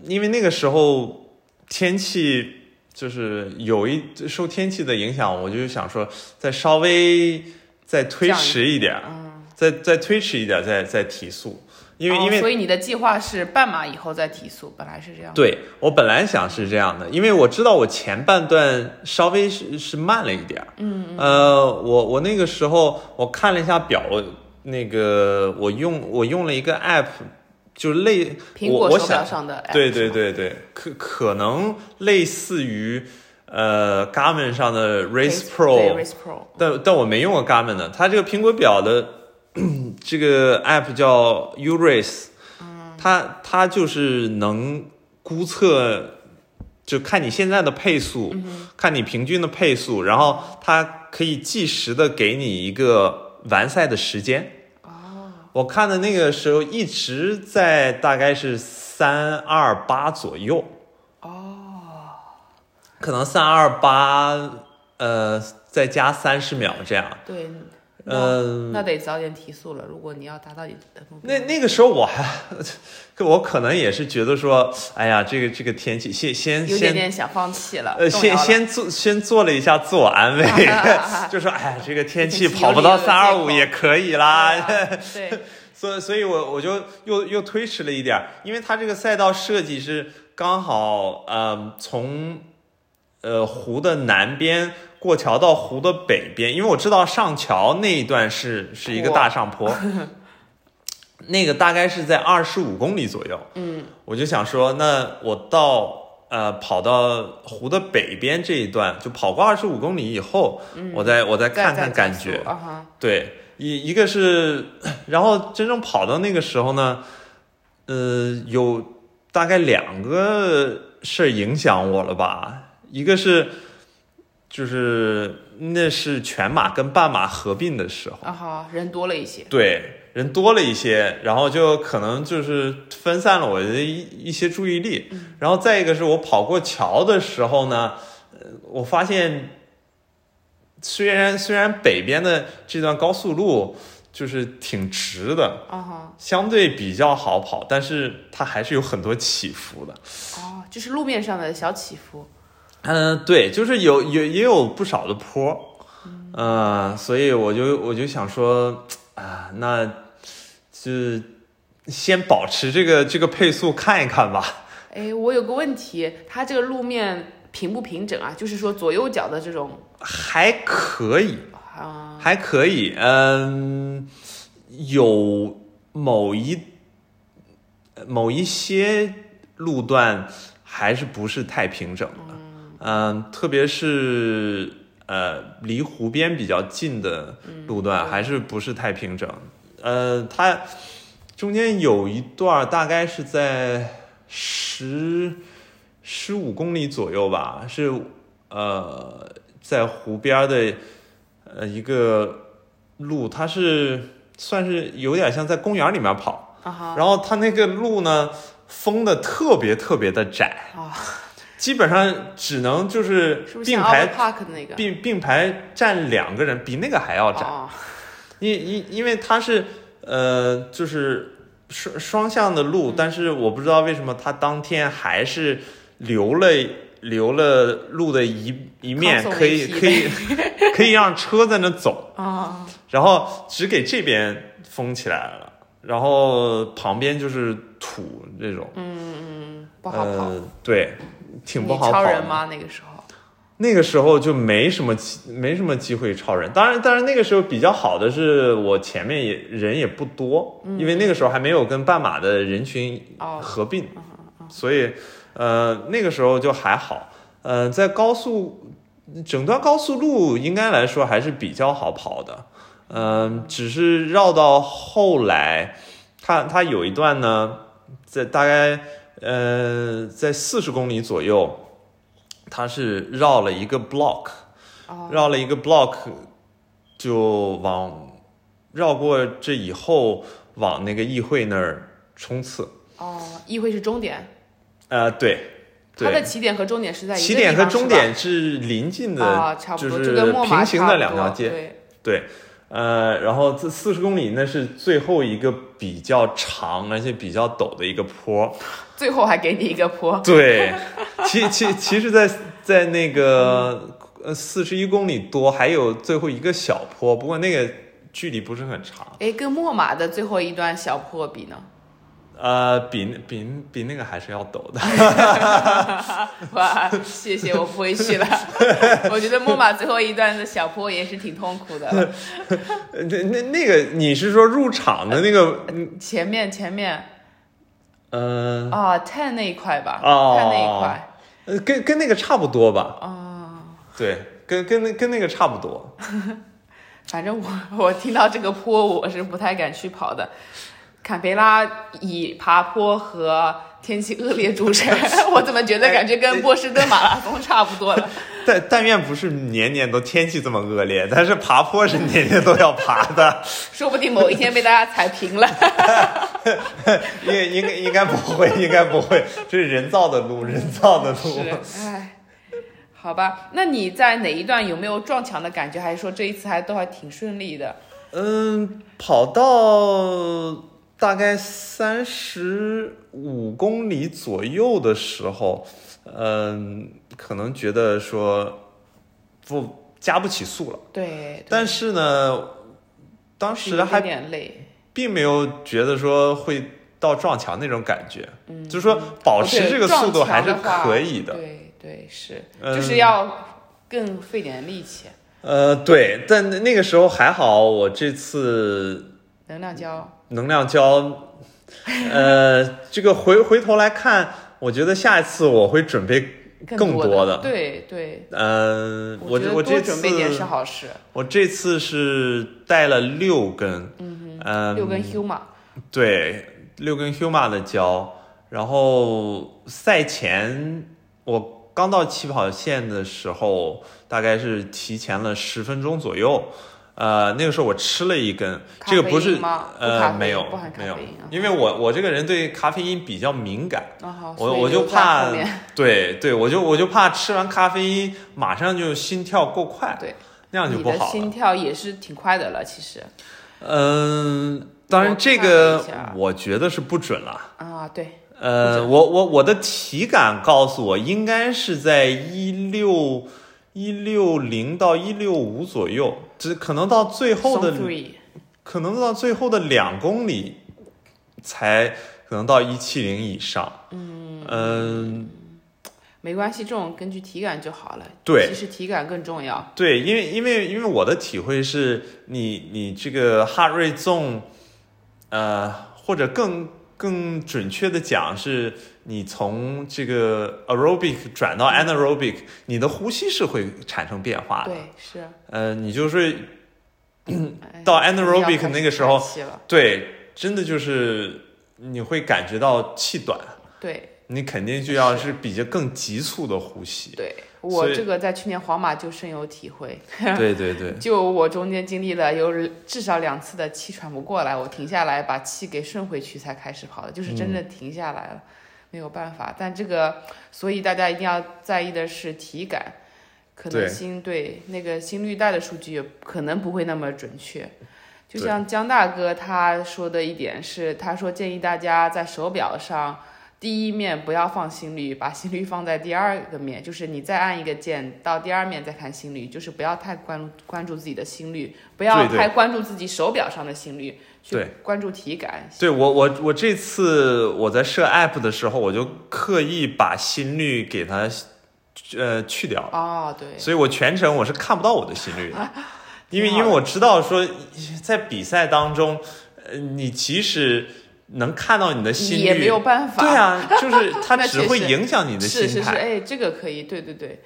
[SPEAKER 2] 因为那个时候天气就是有一受天气的影响，我就想说再稍微再推
[SPEAKER 1] 降一
[SPEAKER 2] 迟一点儿，
[SPEAKER 1] 嗯，
[SPEAKER 2] 再再推迟一点，再再提速，因为、
[SPEAKER 1] 哦
[SPEAKER 2] 因为
[SPEAKER 1] 所以你的计划是半马以后再提速，本来是这样。，
[SPEAKER 2] 对我本来想是这样的，因为我知道我前半段稍微是是慢了一点儿，嗯，呃，我我那个时候我看了一下表，我那个我用我用了一个 app，就类
[SPEAKER 1] 苹果
[SPEAKER 2] 我我
[SPEAKER 1] 手表
[SPEAKER 2] 想
[SPEAKER 1] 上的 app
[SPEAKER 2] 对对
[SPEAKER 1] 是吗，
[SPEAKER 2] 对对，可可能类似于呃 Garmin 上的 Race Pro，
[SPEAKER 1] 对 Race Pro，
[SPEAKER 2] 但但我没用过 Garmin 的，它这个苹果表的这个 app 叫 Urace，它它就是能估测，就看你现在的配速，看你平均的配速，然后它可以计时的给你一个完赛的时间。我看的那个时候一直在大概是三二八左右，哦，
[SPEAKER 1] 哦
[SPEAKER 2] 可能三二八，呃，再加三十秒这样，
[SPEAKER 1] 对，
[SPEAKER 2] 嗯、
[SPEAKER 1] 那得早点提速了。如果你要达到你的目标，
[SPEAKER 2] 那那个时候我还， 我可能也是觉得说，哎呀，这个这个天气，先先
[SPEAKER 1] 有点
[SPEAKER 2] 先
[SPEAKER 1] 点想放弃了，
[SPEAKER 2] 呃，
[SPEAKER 1] 动
[SPEAKER 2] 先
[SPEAKER 1] 摇了啊
[SPEAKER 2] 先做先做了一下自我安慰， 就说哎呀，这个天气跑不到
[SPEAKER 1] 有理由
[SPEAKER 2] 三二五也可以啦。
[SPEAKER 1] 对啊对
[SPEAKER 2] 所以所以我我就又又推迟了一点儿，因为它这个赛道设计是刚好呃从呃湖的南边过桥到湖的北边，因为我知道上桥那一段是是一个
[SPEAKER 1] 坡
[SPEAKER 2] 大上坡， 那个大概是在二十五公里左右。
[SPEAKER 1] 嗯，
[SPEAKER 2] 我就想说，那我到呃跑到湖的北边这一段，就跑过二十五公里以后，我再嗯我再看看感觉。
[SPEAKER 1] 啊哈，
[SPEAKER 2] 对，一一个是， 然后真正跑到那个时候呢，呃，有大概两个事儿影响我了吧，一个是就是那是全马跟半马合并的时候，
[SPEAKER 1] 啊哈，人多了一些，
[SPEAKER 2] 对。人多了一些，然后就可能就是分散了我的一一些注意力。然后再一个是我跑过桥的时候呢，呃，我发现虽然虽然北边的这段高速路就是挺直的，
[SPEAKER 1] 啊哈，
[SPEAKER 2] 相对比较好跑，但是它还是有很多起伏的。
[SPEAKER 1] 哦，就是路面上的小起伏，
[SPEAKER 2] 嗯、对，就是有有也有不少的坡，嗯、所以我就我就想说啊，那就先保持这个这个配速看一看吧。
[SPEAKER 1] 哎，我有个问题，它这个路面平不平整啊？就是说左右脚的这种
[SPEAKER 2] 还可以，
[SPEAKER 1] 啊、
[SPEAKER 2] 还可以，嗯，有某一某一些路段还是不是太平整的，嗯，特别是呃离湖边比较近的路段还是不是太平整，呃，它中间有一段儿大概是在十十五公里左右吧，是呃在湖边儿的呃一个路，它是算是有点像在公园里面跑，
[SPEAKER 1] 啊哈，
[SPEAKER 2] 然后它那个路呢封的特别特别的窄，
[SPEAKER 1] 啊，
[SPEAKER 2] 基本上只能就是
[SPEAKER 1] 是不是
[SPEAKER 2] 并
[SPEAKER 1] 像 a p
[SPEAKER 2] 排
[SPEAKER 1] Park 那个？
[SPEAKER 2] 并并排站两个人，比那个还要窄。
[SPEAKER 1] 哦，
[SPEAKER 2] 因因因为它是呃，就是双双向的
[SPEAKER 1] 嗯
[SPEAKER 2] 路，但是我不知道为什么它当天还是留了留了路的一一面，
[SPEAKER 1] 放松
[SPEAKER 2] 可以
[SPEAKER 1] 一批
[SPEAKER 2] 可以 可以让车在那走，
[SPEAKER 1] 啊，
[SPEAKER 2] 然后只给这边封起来了，然后旁边就是土这种，
[SPEAKER 1] 嗯不好跑，
[SPEAKER 2] 呃，对，挺不好
[SPEAKER 1] 你
[SPEAKER 2] 跑
[SPEAKER 1] 超
[SPEAKER 2] 的。
[SPEAKER 1] 人吗？那个时候
[SPEAKER 2] 那个时候就没什么机没什么机会超人，当然，当然那个时候比较好的是我前面也人也不多，因为那个时候还没有跟半马的人群
[SPEAKER 1] 哦，
[SPEAKER 2] 合并，所以呃那个时候就还好。呃，在高速整段高速路应该来说还是比较好跑的，嗯、只是绕到后来，它它有一段呢，在大概呃在四十公里左右，它是绕了一个 block，、
[SPEAKER 1] 哦
[SPEAKER 2] 绕了一个 block 就往绕过这以后往那个议会那儿冲刺。
[SPEAKER 1] 哦，议会是终点，
[SPEAKER 2] 呃，对，
[SPEAKER 1] 它的
[SPEAKER 2] 对，
[SPEAKER 1] 起点和终点是在一个
[SPEAKER 2] 起点和
[SPEAKER 1] 地方
[SPEAKER 2] 终
[SPEAKER 1] 是
[SPEAKER 2] 点是临近
[SPEAKER 1] 吧
[SPEAKER 2] 的，
[SPEAKER 1] 啊，差不
[SPEAKER 2] 就
[SPEAKER 1] 多，
[SPEAKER 2] 是
[SPEAKER 1] 跟墨马
[SPEAKER 2] 平行
[SPEAKER 1] 差
[SPEAKER 2] 的
[SPEAKER 1] 不
[SPEAKER 2] 两条
[SPEAKER 1] 多
[SPEAKER 2] 街。
[SPEAKER 1] 对，
[SPEAKER 2] 对，呃，然后这四十公里那是最后一个比较长而且比较陡的一个坡。
[SPEAKER 1] 最后还给你一个坡，
[SPEAKER 2] 对，其其其实在，在那个呃四十一公里多还有最后一个小坡，不过那个距离不是很长，
[SPEAKER 1] 哎，跟墨马的最后一段小坡比呢？
[SPEAKER 2] 呃，比那比比那个还是要陡的。
[SPEAKER 1] 哇，谢谢，我不会去 了。我觉得木马最后一段的小坡也是挺痛苦的。
[SPEAKER 2] 呃那那那个你是说入场的那个？嗯
[SPEAKER 1] 前面前面
[SPEAKER 2] 呃，
[SPEAKER 1] 啊，ten 那一块吧，
[SPEAKER 2] 哦
[SPEAKER 1] ten 那一块
[SPEAKER 2] 呃跟跟那个差不多吧？
[SPEAKER 1] 啊。
[SPEAKER 2] 对，跟跟那跟那个差不多。
[SPEAKER 1] 反正我 我听到这个坡，我是不太敢去跑的。坎培拉以爬坡和天气恶劣著 称，我怎么觉得感觉跟波士顿马拉松差不 多了？
[SPEAKER 2] 但但愿不是年年都天气这么恶劣，但是爬坡是年年都要爬的，
[SPEAKER 1] 说不定某一天被大家踩平 了。
[SPEAKER 2] 应应该应该不会， 应该不会，这是人造的路，人造的路。
[SPEAKER 1] 是，哎，好吧，那你在哪一段有没有撞墙的感觉？还是说这一次还都还挺顺利的？
[SPEAKER 2] 嗯，跑到大概三十五公里左右的时候，嗯，可能觉得说不加不起速了，
[SPEAKER 1] 对，
[SPEAKER 2] 但是呢，当时
[SPEAKER 1] 有
[SPEAKER 2] 还
[SPEAKER 1] 点累，
[SPEAKER 2] 并没有觉得说会到撞墙那种感觉，嗯，就是说保持这个速度还是可以的。
[SPEAKER 1] 对对是，
[SPEAKER 2] 嗯
[SPEAKER 1] 就是要更费点力气，
[SPEAKER 2] 呃，对，但那个时候还好，我这次
[SPEAKER 1] 能量胶
[SPEAKER 2] 能量胶，呃，这个回回头来看，我觉得下一次我会准备更
[SPEAKER 1] 多
[SPEAKER 2] 多的。
[SPEAKER 1] 对对，
[SPEAKER 2] 嗯、我
[SPEAKER 1] 觉
[SPEAKER 2] 这
[SPEAKER 1] 得
[SPEAKER 2] 我
[SPEAKER 1] 多
[SPEAKER 2] 这
[SPEAKER 1] 准备点是
[SPEAKER 2] 次
[SPEAKER 1] 好事，
[SPEAKER 2] 我这次是带了六根，嗯
[SPEAKER 1] 六根 Huma
[SPEAKER 2] 对，六根 Huma 的胶，然后赛前我刚到起跑线的时候，大概是提前了十分钟左右。呃，那个时候我吃了一根，
[SPEAKER 1] 咖
[SPEAKER 2] 这个不
[SPEAKER 1] 啡
[SPEAKER 2] 是
[SPEAKER 1] 因吗不咖
[SPEAKER 2] 呃
[SPEAKER 1] 啡
[SPEAKER 2] 没有
[SPEAKER 1] 不含咖
[SPEAKER 2] 没有
[SPEAKER 1] 啡因啊，
[SPEAKER 2] 因为我我这个人对咖啡因比较敏感，
[SPEAKER 1] 啊好，所
[SPEAKER 2] 我
[SPEAKER 1] 以
[SPEAKER 2] 我就
[SPEAKER 1] 留在
[SPEAKER 2] 怕
[SPEAKER 1] 后面
[SPEAKER 2] 对对，我就我就怕吃完咖啡因马上就心跳过快，
[SPEAKER 1] 对，
[SPEAKER 2] 那样就
[SPEAKER 1] 你
[SPEAKER 2] 不
[SPEAKER 1] 的
[SPEAKER 2] 好了。
[SPEAKER 1] 心跳也是挺快的了，其实
[SPEAKER 2] 嗯，当然
[SPEAKER 1] 我
[SPEAKER 2] 这
[SPEAKER 1] 看了
[SPEAKER 2] 个
[SPEAKER 1] 一下
[SPEAKER 2] 我觉得是不准了。
[SPEAKER 1] 啊对，
[SPEAKER 2] 呃，我我我的体感告诉我，应该是在一六一六零到一六五左右，只可能到最后的
[SPEAKER 1] Song three
[SPEAKER 2] 可能到最后的两公里才可能到一七零以上。嗯
[SPEAKER 1] 没关系，这种根据体感就好了，
[SPEAKER 2] 对
[SPEAKER 1] 其实体感更重要，
[SPEAKER 2] 对，因为因为因为我的体会是你你这个 heart rate zone，呃，或者更更准确的讲是。你从这个 aerobic 转到
[SPEAKER 1] 嗯
[SPEAKER 2] anaerobic，你的呼吸是会产生变化的。
[SPEAKER 1] 对是，
[SPEAKER 2] 呃，你就是
[SPEAKER 1] 哎
[SPEAKER 2] 嗯到
[SPEAKER 1] 真的要
[SPEAKER 2] anaerobic
[SPEAKER 1] 开始
[SPEAKER 2] 那个时候
[SPEAKER 1] 喘气了，
[SPEAKER 2] 对，真的就是你会感觉到气短，
[SPEAKER 1] 对。
[SPEAKER 2] 你肯定就要是比较更急促的 呼吸。
[SPEAKER 1] 对
[SPEAKER 2] 所
[SPEAKER 1] 我
[SPEAKER 2] 以
[SPEAKER 1] 这个在去年皇马就深有体会，
[SPEAKER 2] 对对对，
[SPEAKER 1] 就我中间经历了有至少两次的气喘不过来，我停下来把气给顺回去才开始跑的，就是真的
[SPEAKER 2] 嗯
[SPEAKER 1] 停下来了，没有办法。但这个，所以大家一定要在意的是体感，可
[SPEAKER 2] 对
[SPEAKER 1] 能心对那个心率带的数据也可能不会那么准确。就
[SPEAKER 2] 对
[SPEAKER 1] 像江大哥他说的一点是，他说建议大家在手表上第一面不要放心率，把心率放在第二个面，就是你再按一个键到第二面再看心率，就是不要太关注关注自己的心率，不要
[SPEAKER 2] 对对
[SPEAKER 1] 太关注自己手表上的心率，
[SPEAKER 2] 对
[SPEAKER 1] 去关注体感。
[SPEAKER 2] 对我我我这次我在设 app 的时候，我就刻意把心率给它呃去掉了，
[SPEAKER 1] 哦，对，啊
[SPEAKER 2] 所以我全程我是看不到我的心率的，因为
[SPEAKER 1] 挺
[SPEAKER 2] 因
[SPEAKER 1] 好
[SPEAKER 2] 为
[SPEAKER 1] 的
[SPEAKER 2] 我知道说在比赛当中，呃，你即使能看到你的心率，
[SPEAKER 1] 也没有办法。
[SPEAKER 2] 对啊， 就是它
[SPEAKER 1] 那
[SPEAKER 2] 只
[SPEAKER 1] 确
[SPEAKER 2] 会
[SPEAKER 1] 实
[SPEAKER 2] 影响你的心态。
[SPEAKER 1] 是是是，哎，这个可以，对对对，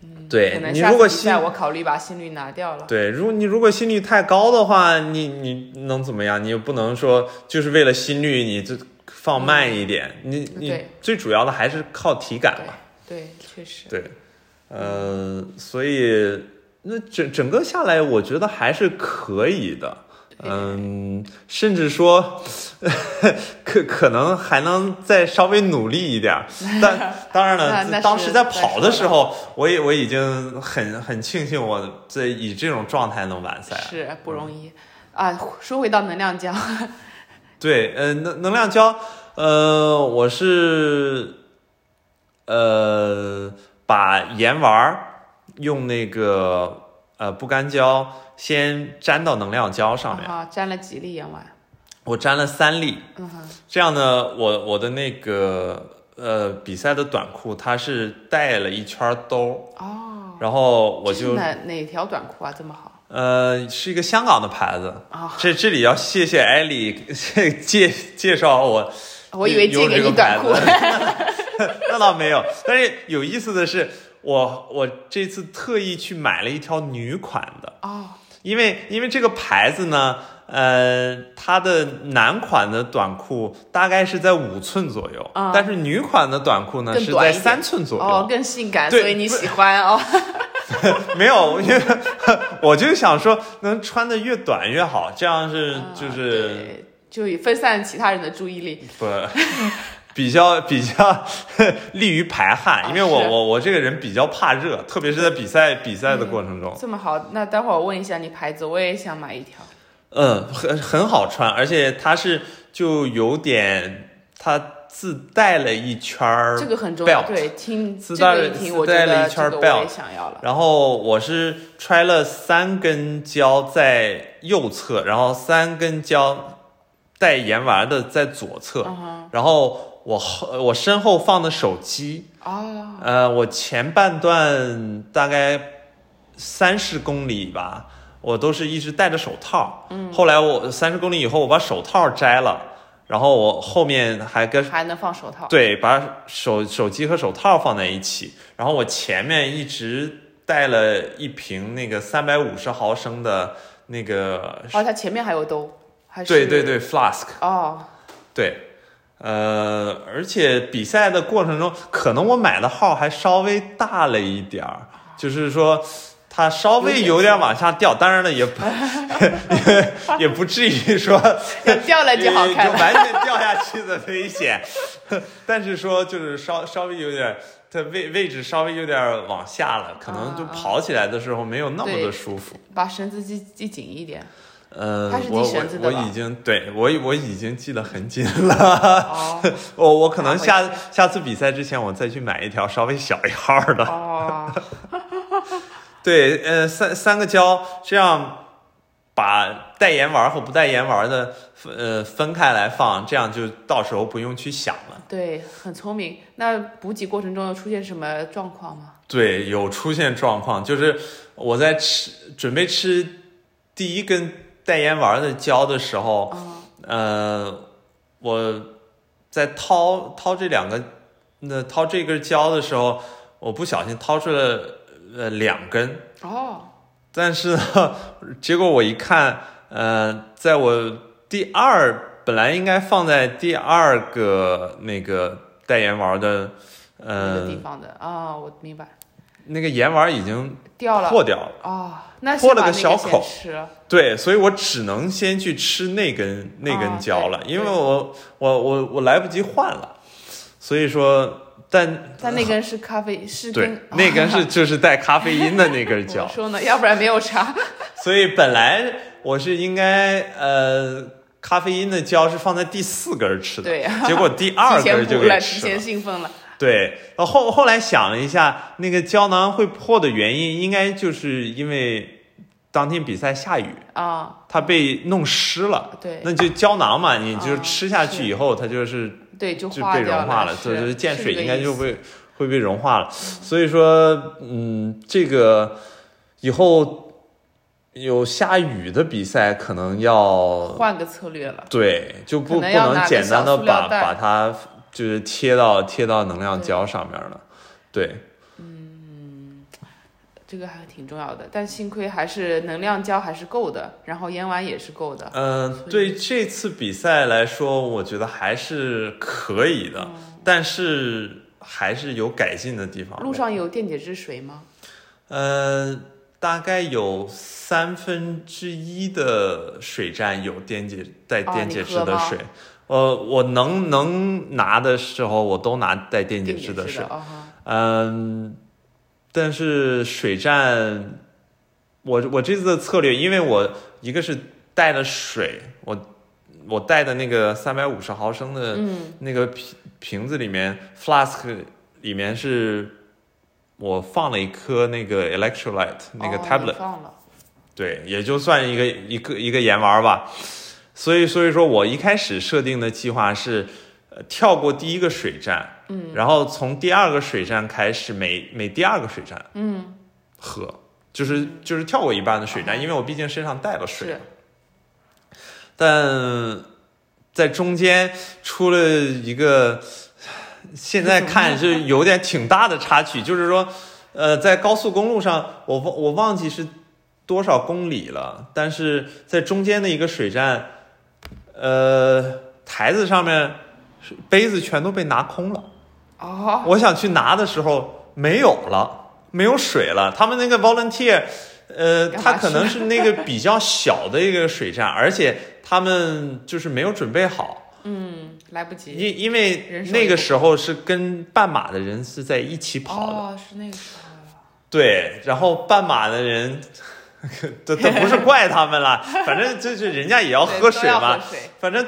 [SPEAKER 1] 可
[SPEAKER 2] 对
[SPEAKER 1] 能
[SPEAKER 2] 你
[SPEAKER 1] 下
[SPEAKER 2] 如
[SPEAKER 1] 次
[SPEAKER 2] 果
[SPEAKER 1] 比
[SPEAKER 2] 心
[SPEAKER 1] 赛我考虑把心率拿掉了。
[SPEAKER 2] 对，如果你如果心率太高的话，你你能怎么样？你也不能说就是为了心率你就放慢一点，你
[SPEAKER 1] 嗯
[SPEAKER 2] 你
[SPEAKER 1] 对
[SPEAKER 2] 最主要的还是靠体感嘛。
[SPEAKER 1] 对，确实，
[SPEAKER 2] 对，呃，所以那整整个下来，我觉得还是可以的。嗯，甚至说，可可能还能再稍微努力一点儿， 但当然
[SPEAKER 1] 那那
[SPEAKER 2] 了，
[SPEAKER 1] 是
[SPEAKER 2] 当时在跑的
[SPEAKER 1] 再
[SPEAKER 2] 时候，我也我已经很很庆幸我在以这种状态能完赛了。嗯
[SPEAKER 1] 是不容易。啊，说回到能量胶，
[SPEAKER 2] 对，呃，能能量胶，呃，我是，呃，把盐丸儿用那个呃不干胶先粘到能量胶上 面，
[SPEAKER 1] 啊，沾了几粒盐丸，
[SPEAKER 2] 我粘了三粒，
[SPEAKER 1] 嗯哼，
[SPEAKER 2] 这样呢，我我的那个呃比赛的短裤它是带了一圈兜
[SPEAKER 1] 哦
[SPEAKER 2] 儿，，然后我
[SPEAKER 1] 这是
[SPEAKER 2] 就
[SPEAKER 1] 哪哪条短裤啊这么好
[SPEAKER 2] 呃是一个香港的牌子。
[SPEAKER 1] 啊？
[SPEAKER 2] 这这里要谢谢艾丽介介绍我
[SPEAKER 1] 我以为
[SPEAKER 2] 有
[SPEAKER 1] 借给
[SPEAKER 2] 有这
[SPEAKER 1] 你
[SPEAKER 2] 个
[SPEAKER 1] 短裤，
[SPEAKER 2] 那倒没有，但是有意思的是，我我这次特意去买了一条女款的，
[SPEAKER 1] 哦，
[SPEAKER 2] 因为因为这个牌子呢，呃，它的男款的短裤大概是在五寸左右，
[SPEAKER 1] 啊
[SPEAKER 2] 但是女款的短裤呢
[SPEAKER 1] 更
[SPEAKER 2] 是
[SPEAKER 1] 短
[SPEAKER 2] 在
[SPEAKER 1] 一点
[SPEAKER 2] 三寸左右。
[SPEAKER 1] 哦，更性感，
[SPEAKER 2] 对
[SPEAKER 1] 所以你喜欢哦。
[SPEAKER 2] 没有，因为 我就想说，能穿的越短越好，这样是
[SPEAKER 1] 啊
[SPEAKER 2] 就是、
[SPEAKER 1] 对就分散其他人的注意力。
[SPEAKER 2] 不。 比较比较 利于排汗，因为我、
[SPEAKER 1] 啊是嗯
[SPEAKER 2] 我我这个人比较怕热，特别是在比赛比赛的过程中。
[SPEAKER 1] 这么好，那待会儿我问一下你牌子，我也想买一条。
[SPEAKER 2] 嗯，很很好穿，而且它是就有点它自带了一圈儿，
[SPEAKER 1] 这个很重要。
[SPEAKER 2] belt
[SPEAKER 1] 对，听这
[SPEAKER 2] 自带
[SPEAKER 1] 个
[SPEAKER 2] 了
[SPEAKER 1] 一听，
[SPEAKER 2] 自
[SPEAKER 1] 我觉
[SPEAKER 2] 带了
[SPEAKER 1] 得
[SPEAKER 2] 一
[SPEAKER 1] 这
[SPEAKER 2] 圈
[SPEAKER 1] 个我
[SPEAKER 2] belt
[SPEAKER 1] 也想要了。
[SPEAKER 2] 然后我是揣了三根胶在右侧，然后三根胶带眼丸的在左侧，
[SPEAKER 1] 嗯哼，
[SPEAKER 2] 然后我后我身后放的手机，
[SPEAKER 1] 啊，
[SPEAKER 2] 呃，我前半段大概三十公里吧，我都是一直戴着手套。嗯，后来我三十公里以后，我把手套摘了，然后我后面还跟
[SPEAKER 1] 还能放手套。
[SPEAKER 2] 对把手手机和手套放在一起，然后我前面一直带了一瓶那个三百五十毫升的那个，
[SPEAKER 1] 哦，它前面还有兜，还是
[SPEAKER 2] 对对。对，flask，
[SPEAKER 1] 哦，
[SPEAKER 2] 对，呃，而且比赛的过程中，可能我买的号还稍微大了一点
[SPEAKER 1] 啊
[SPEAKER 2] 儿，就是说。它稍微有点往下掉，当然了，也不也也不至于说
[SPEAKER 1] 掉了就好看
[SPEAKER 2] 有
[SPEAKER 1] 了。
[SPEAKER 2] 完全掉下去的危险。 但是说就是稍稍微有点，它位位置稍微有点往下了，可能就
[SPEAKER 1] 啊啊
[SPEAKER 2] 跑起来的时候没有那么
[SPEAKER 1] 对
[SPEAKER 2] 的舒服。
[SPEAKER 1] 把绳子系系紧一点。
[SPEAKER 2] 呃
[SPEAKER 1] 它是，系
[SPEAKER 2] 我我
[SPEAKER 1] 绳子的
[SPEAKER 2] 我
[SPEAKER 1] 吧
[SPEAKER 2] 已经对我我已经记得很紧了。
[SPEAKER 1] 哦
[SPEAKER 2] 我我可能
[SPEAKER 1] 拿
[SPEAKER 2] 下
[SPEAKER 1] 回
[SPEAKER 2] 下次比赛之前，我再去买一条稍微小一号的。
[SPEAKER 1] 哦，
[SPEAKER 2] 对，呃，三三个胶，这样把带盐丸和不带盐丸的呃分开来放，这样就到时候不用去想了。
[SPEAKER 1] 对，很聪明。那补给过程中有出现什么状况吗？
[SPEAKER 2] 对，有出现状况，就是我在吃准备吃第一根带盐丸的胶的时候，
[SPEAKER 1] 啊、
[SPEAKER 2] 呃，我在掏掏这两个，那掏这根胶的时候，我不小心掏出了呃两根，
[SPEAKER 1] 哦，
[SPEAKER 2] 但是呢， 结果我一看，呃，在我第二本来应该放在第二个那个带盐丸的，
[SPEAKER 1] 那
[SPEAKER 2] 呃
[SPEAKER 1] 个，地方的啊、我明白，
[SPEAKER 2] 那个盐丸已经
[SPEAKER 1] 掉了。
[SPEAKER 2] 破掉了。
[SPEAKER 1] 哦，那
[SPEAKER 2] 破
[SPEAKER 1] 先
[SPEAKER 2] 了
[SPEAKER 1] 把
[SPEAKER 2] 个
[SPEAKER 1] 那
[SPEAKER 2] 小
[SPEAKER 1] 先
[SPEAKER 2] 口
[SPEAKER 1] 吃
[SPEAKER 2] 对，所以我只能先去吃那根那
[SPEAKER 1] 啊
[SPEAKER 2] 根胶了，
[SPEAKER 1] 对
[SPEAKER 2] 因为
[SPEAKER 1] 对
[SPEAKER 2] 我我我我来不及换了，所以说，但
[SPEAKER 1] 但那根是咖啡，是哦
[SPEAKER 2] 对
[SPEAKER 1] 跟
[SPEAKER 2] 那根是就是带咖啡因的那 根
[SPEAKER 1] 怎么
[SPEAKER 2] 胶，
[SPEAKER 1] 说呢？要不然没有茶。
[SPEAKER 2] 所以本来我是应该呃咖啡因的胶是放在第四根吃的，
[SPEAKER 1] 对，
[SPEAKER 2] 结 果第 二
[SPEAKER 1] 提前
[SPEAKER 2] 根就
[SPEAKER 1] 补
[SPEAKER 2] 给
[SPEAKER 1] 了，提
[SPEAKER 2] 吃了
[SPEAKER 1] 前。兴奋了。
[SPEAKER 2] 对，然后后后来想了一下，那个胶囊会破的原因，应该就是因为当天比赛下雨，
[SPEAKER 1] 啊、
[SPEAKER 2] 它被弄湿了。
[SPEAKER 1] 对
[SPEAKER 2] 那就胶囊嘛，你就
[SPEAKER 1] 啊
[SPEAKER 2] 吃下
[SPEAKER 1] 是
[SPEAKER 2] 去以后，它就是
[SPEAKER 1] 对，就
[SPEAKER 2] 就
[SPEAKER 1] 化
[SPEAKER 2] 被
[SPEAKER 1] 掉
[SPEAKER 2] 融化
[SPEAKER 1] 了，
[SPEAKER 2] 就是是溅
[SPEAKER 1] 啊是
[SPEAKER 2] 水
[SPEAKER 1] 这个
[SPEAKER 2] 应该
[SPEAKER 1] 意
[SPEAKER 2] 就
[SPEAKER 1] 思
[SPEAKER 2] 会会被融化了。所以说，嗯，这个以后有下雨的比赛，可能要
[SPEAKER 1] 换个策略了。
[SPEAKER 2] 对就不
[SPEAKER 1] 可
[SPEAKER 2] 不
[SPEAKER 1] 能要拿
[SPEAKER 2] 能
[SPEAKER 1] 个
[SPEAKER 2] 简单的
[SPEAKER 1] 小塑料
[SPEAKER 2] 把
[SPEAKER 1] 袋
[SPEAKER 2] 把它就是贴到贴到能量胶上面了。对，
[SPEAKER 1] 这个还挺重要的，但幸亏还是能量胶还是够的，然后盐丸也是够的。
[SPEAKER 2] 嗯、对这次比赛来说，我觉得还是可以的，
[SPEAKER 1] 嗯
[SPEAKER 2] 但是还是有改进的地方。
[SPEAKER 1] 路上有电解质水吗？
[SPEAKER 2] 呃，大概有三分之一的水站有电解带
[SPEAKER 1] 哦
[SPEAKER 2] 电
[SPEAKER 1] 你
[SPEAKER 2] 解质
[SPEAKER 1] 喝
[SPEAKER 2] 的
[SPEAKER 1] 吗
[SPEAKER 2] 水。呃，我能能拿的时候，我都拿带电解
[SPEAKER 1] 电
[SPEAKER 2] 质
[SPEAKER 1] 的
[SPEAKER 2] 的水。
[SPEAKER 1] 啊哈
[SPEAKER 2] 嗯，但是水站，我我这次的策略，因为我一个是带了水，我我带的那个三百五十毫升的
[SPEAKER 1] 嗯，
[SPEAKER 2] 那个瓶瓶子里面 flask 里面是我放了一颗那个 electrolyte 那个
[SPEAKER 1] 哦
[SPEAKER 2] tablet，、
[SPEAKER 1] 你放了，
[SPEAKER 2] 对，也就算一个一个一个盐丸儿吧。所以所以说我一开始设定的计划是，呃，跳过第一个水站，嗯，然后从第二个水站开始，每每第二个水站，嗯，哦喝，就是就是跳过一半的水站，因为我毕竟身上带了水，
[SPEAKER 1] 是
[SPEAKER 2] 但在中间出了一个，现在看是有点挺大的插曲，就是说，呃，在高速公路上，我忘我忘记是多少公里了，但是在中间的一个水站，呃，台子上面是杯子全都被拿空了，
[SPEAKER 1] 哦，
[SPEAKER 2] 我想去拿的时候没有了，没有水了，他们那个 volunteer。呃，
[SPEAKER 1] 干嘛
[SPEAKER 2] 他可
[SPEAKER 1] 去
[SPEAKER 2] 能是那个比较小的一个水站，而且他们就是没有准备好，
[SPEAKER 1] 嗯，来不及。
[SPEAKER 2] 因因为
[SPEAKER 1] 人手
[SPEAKER 2] 那
[SPEAKER 1] 也
[SPEAKER 2] 个
[SPEAKER 1] 不
[SPEAKER 2] 时候是跟半马的人
[SPEAKER 1] 哦
[SPEAKER 2] 是在一起跑的，
[SPEAKER 1] 哦，是那个时候啊。
[SPEAKER 2] 对，然后半马的人 这这不是怪他 们了，反正就是人家也要喝
[SPEAKER 1] 对都
[SPEAKER 2] 水嘛，
[SPEAKER 1] 要喝水
[SPEAKER 2] 反正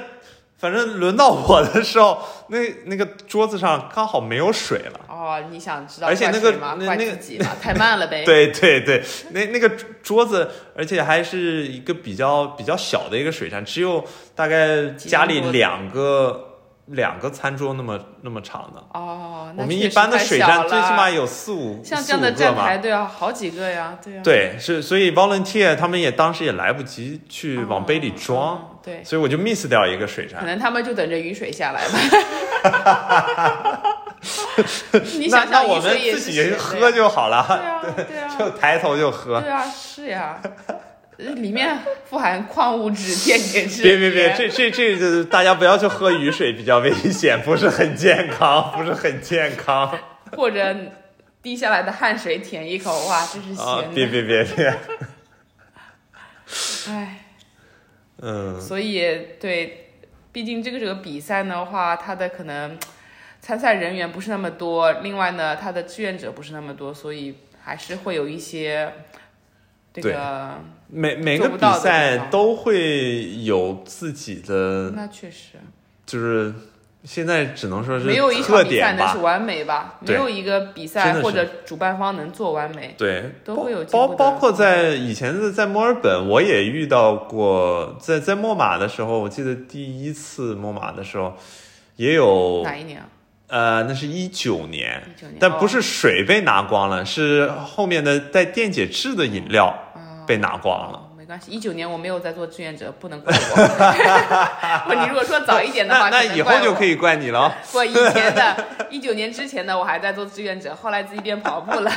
[SPEAKER 2] 反正轮到我的时候，那那个桌子上刚好没有水了。
[SPEAKER 1] 哦，你想知道
[SPEAKER 2] 而且
[SPEAKER 1] 怪
[SPEAKER 2] 那个
[SPEAKER 1] 谁吗？
[SPEAKER 2] 那
[SPEAKER 1] 怪
[SPEAKER 2] 那
[SPEAKER 1] 自
[SPEAKER 2] 个
[SPEAKER 1] 己嘛， 太慢了呗。
[SPEAKER 2] 对对对，那那个桌子，而且还是一个比较比较小的一个水站，只有大概家里
[SPEAKER 1] 几张桌子
[SPEAKER 2] 两个两个餐桌那么那么长的。
[SPEAKER 1] 哦，那
[SPEAKER 2] 我们
[SPEAKER 1] 确
[SPEAKER 2] 一
[SPEAKER 1] 实
[SPEAKER 2] 般的
[SPEAKER 1] 太
[SPEAKER 2] 水
[SPEAKER 1] 小
[SPEAKER 2] 站最起
[SPEAKER 1] 了
[SPEAKER 2] 码有四五
[SPEAKER 1] 像这
[SPEAKER 2] 四
[SPEAKER 1] 样的
[SPEAKER 2] 五个
[SPEAKER 1] 站
[SPEAKER 2] 嘛
[SPEAKER 1] 台，。对啊，好几个呀，对啊，
[SPEAKER 2] 对，是所以 volunteer 他们也当时也来不及去
[SPEAKER 1] 嗯，
[SPEAKER 2] 往杯里装，啊
[SPEAKER 1] 嗯，对，
[SPEAKER 2] 所以我就 miss 掉一个水
[SPEAKER 1] 可
[SPEAKER 2] 站。
[SPEAKER 1] 能他们就等着雨水下 来吧。你
[SPEAKER 2] 那
[SPEAKER 1] 想
[SPEAKER 2] 那
[SPEAKER 1] 想，
[SPEAKER 2] 我
[SPEAKER 1] 雨
[SPEAKER 2] 们
[SPEAKER 1] 水也
[SPEAKER 2] 自
[SPEAKER 1] 是
[SPEAKER 2] 己
[SPEAKER 1] 水
[SPEAKER 2] 喝就好
[SPEAKER 1] 对
[SPEAKER 2] 了，
[SPEAKER 1] 啊，对啊，
[SPEAKER 2] 就抬头就喝。
[SPEAKER 1] 对啊，是 呀、呃里面富含矿物质、电解质。
[SPEAKER 2] 别别别，这这这就是大家不要去喝雨水，比较危险，不是很健康，不是很健康
[SPEAKER 1] 或者滴下来的汗水舔一口，哇，真是
[SPEAKER 2] 啊！
[SPEAKER 1] 咸
[SPEAKER 2] 别
[SPEAKER 1] 的。
[SPEAKER 2] 别别 别，
[SPEAKER 1] 哎，
[SPEAKER 2] 嗯，
[SPEAKER 1] 所以对，毕竟这个这个比赛的话，它的可能参赛人员不是那么多，另外呢，它的志愿者不是那么多，所以还是会有一些这个。
[SPEAKER 2] 每每个
[SPEAKER 1] 做不
[SPEAKER 2] 比
[SPEAKER 1] 到的
[SPEAKER 2] 赛
[SPEAKER 1] 地方
[SPEAKER 2] 都会有自己的，
[SPEAKER 1] 那确实，
[SPEAKER 2] 就是现在只能说是
[SPEAKER 1] 没有一
[SPEAKER 2] 特
[SPEAKER 1] 场比赛
[SPEAKER 2] 点
[SPEAKER 1] 能是
[SPEAKER 2] 吧。
[SPEAKER 1] 完美吧？没
[SPEAKER 2] 对
[SPEAKER 1] 有一个比赛
[SPEAKER 2] 真的是
[SPEAKER 1] 或者主办方能做完美。
[SPEAKER 2] 对，
[SPEAKER 1] 都
[SPEAKER 2] 包
[SPEAKER 1] 会有进
[SPEAKER 2] 包
[SPEAKER 1] 步的
[SPEAKER 2] 包括在以前的在墨尔本，我也遇到过，在在墨马的时候，我记得第一次墨马的时候，也有
[SPEAKER 1] 哪一年啊？
[SPEAKER 2] 呃，那是一九年，
[SPEAKER 1] 一九年。
[SPEAKER 2] 哦但不
[SPEAKER 1] 哦
[SPEAKER 2] 是水被拿光了，是后面的带电解质的饮料
[SPEAKER 1] 啊
[SPEAKER 2] 被拿光了。
[SPEAKER 1] 没关系，一九年我没有在做志愿者，不能怪我。 不，你如果说早一点的
[SPEAKER 2] 那
[SPEAKER 1] 话，
[SPEAKER 2] 那以后就可
[SPEAKER 1] 以。
[SPEAKER 2] 以怪你了。
[SPEAKER 1] 我以前的，一九年之前的我还在做志愿者，后来自己变跑步了。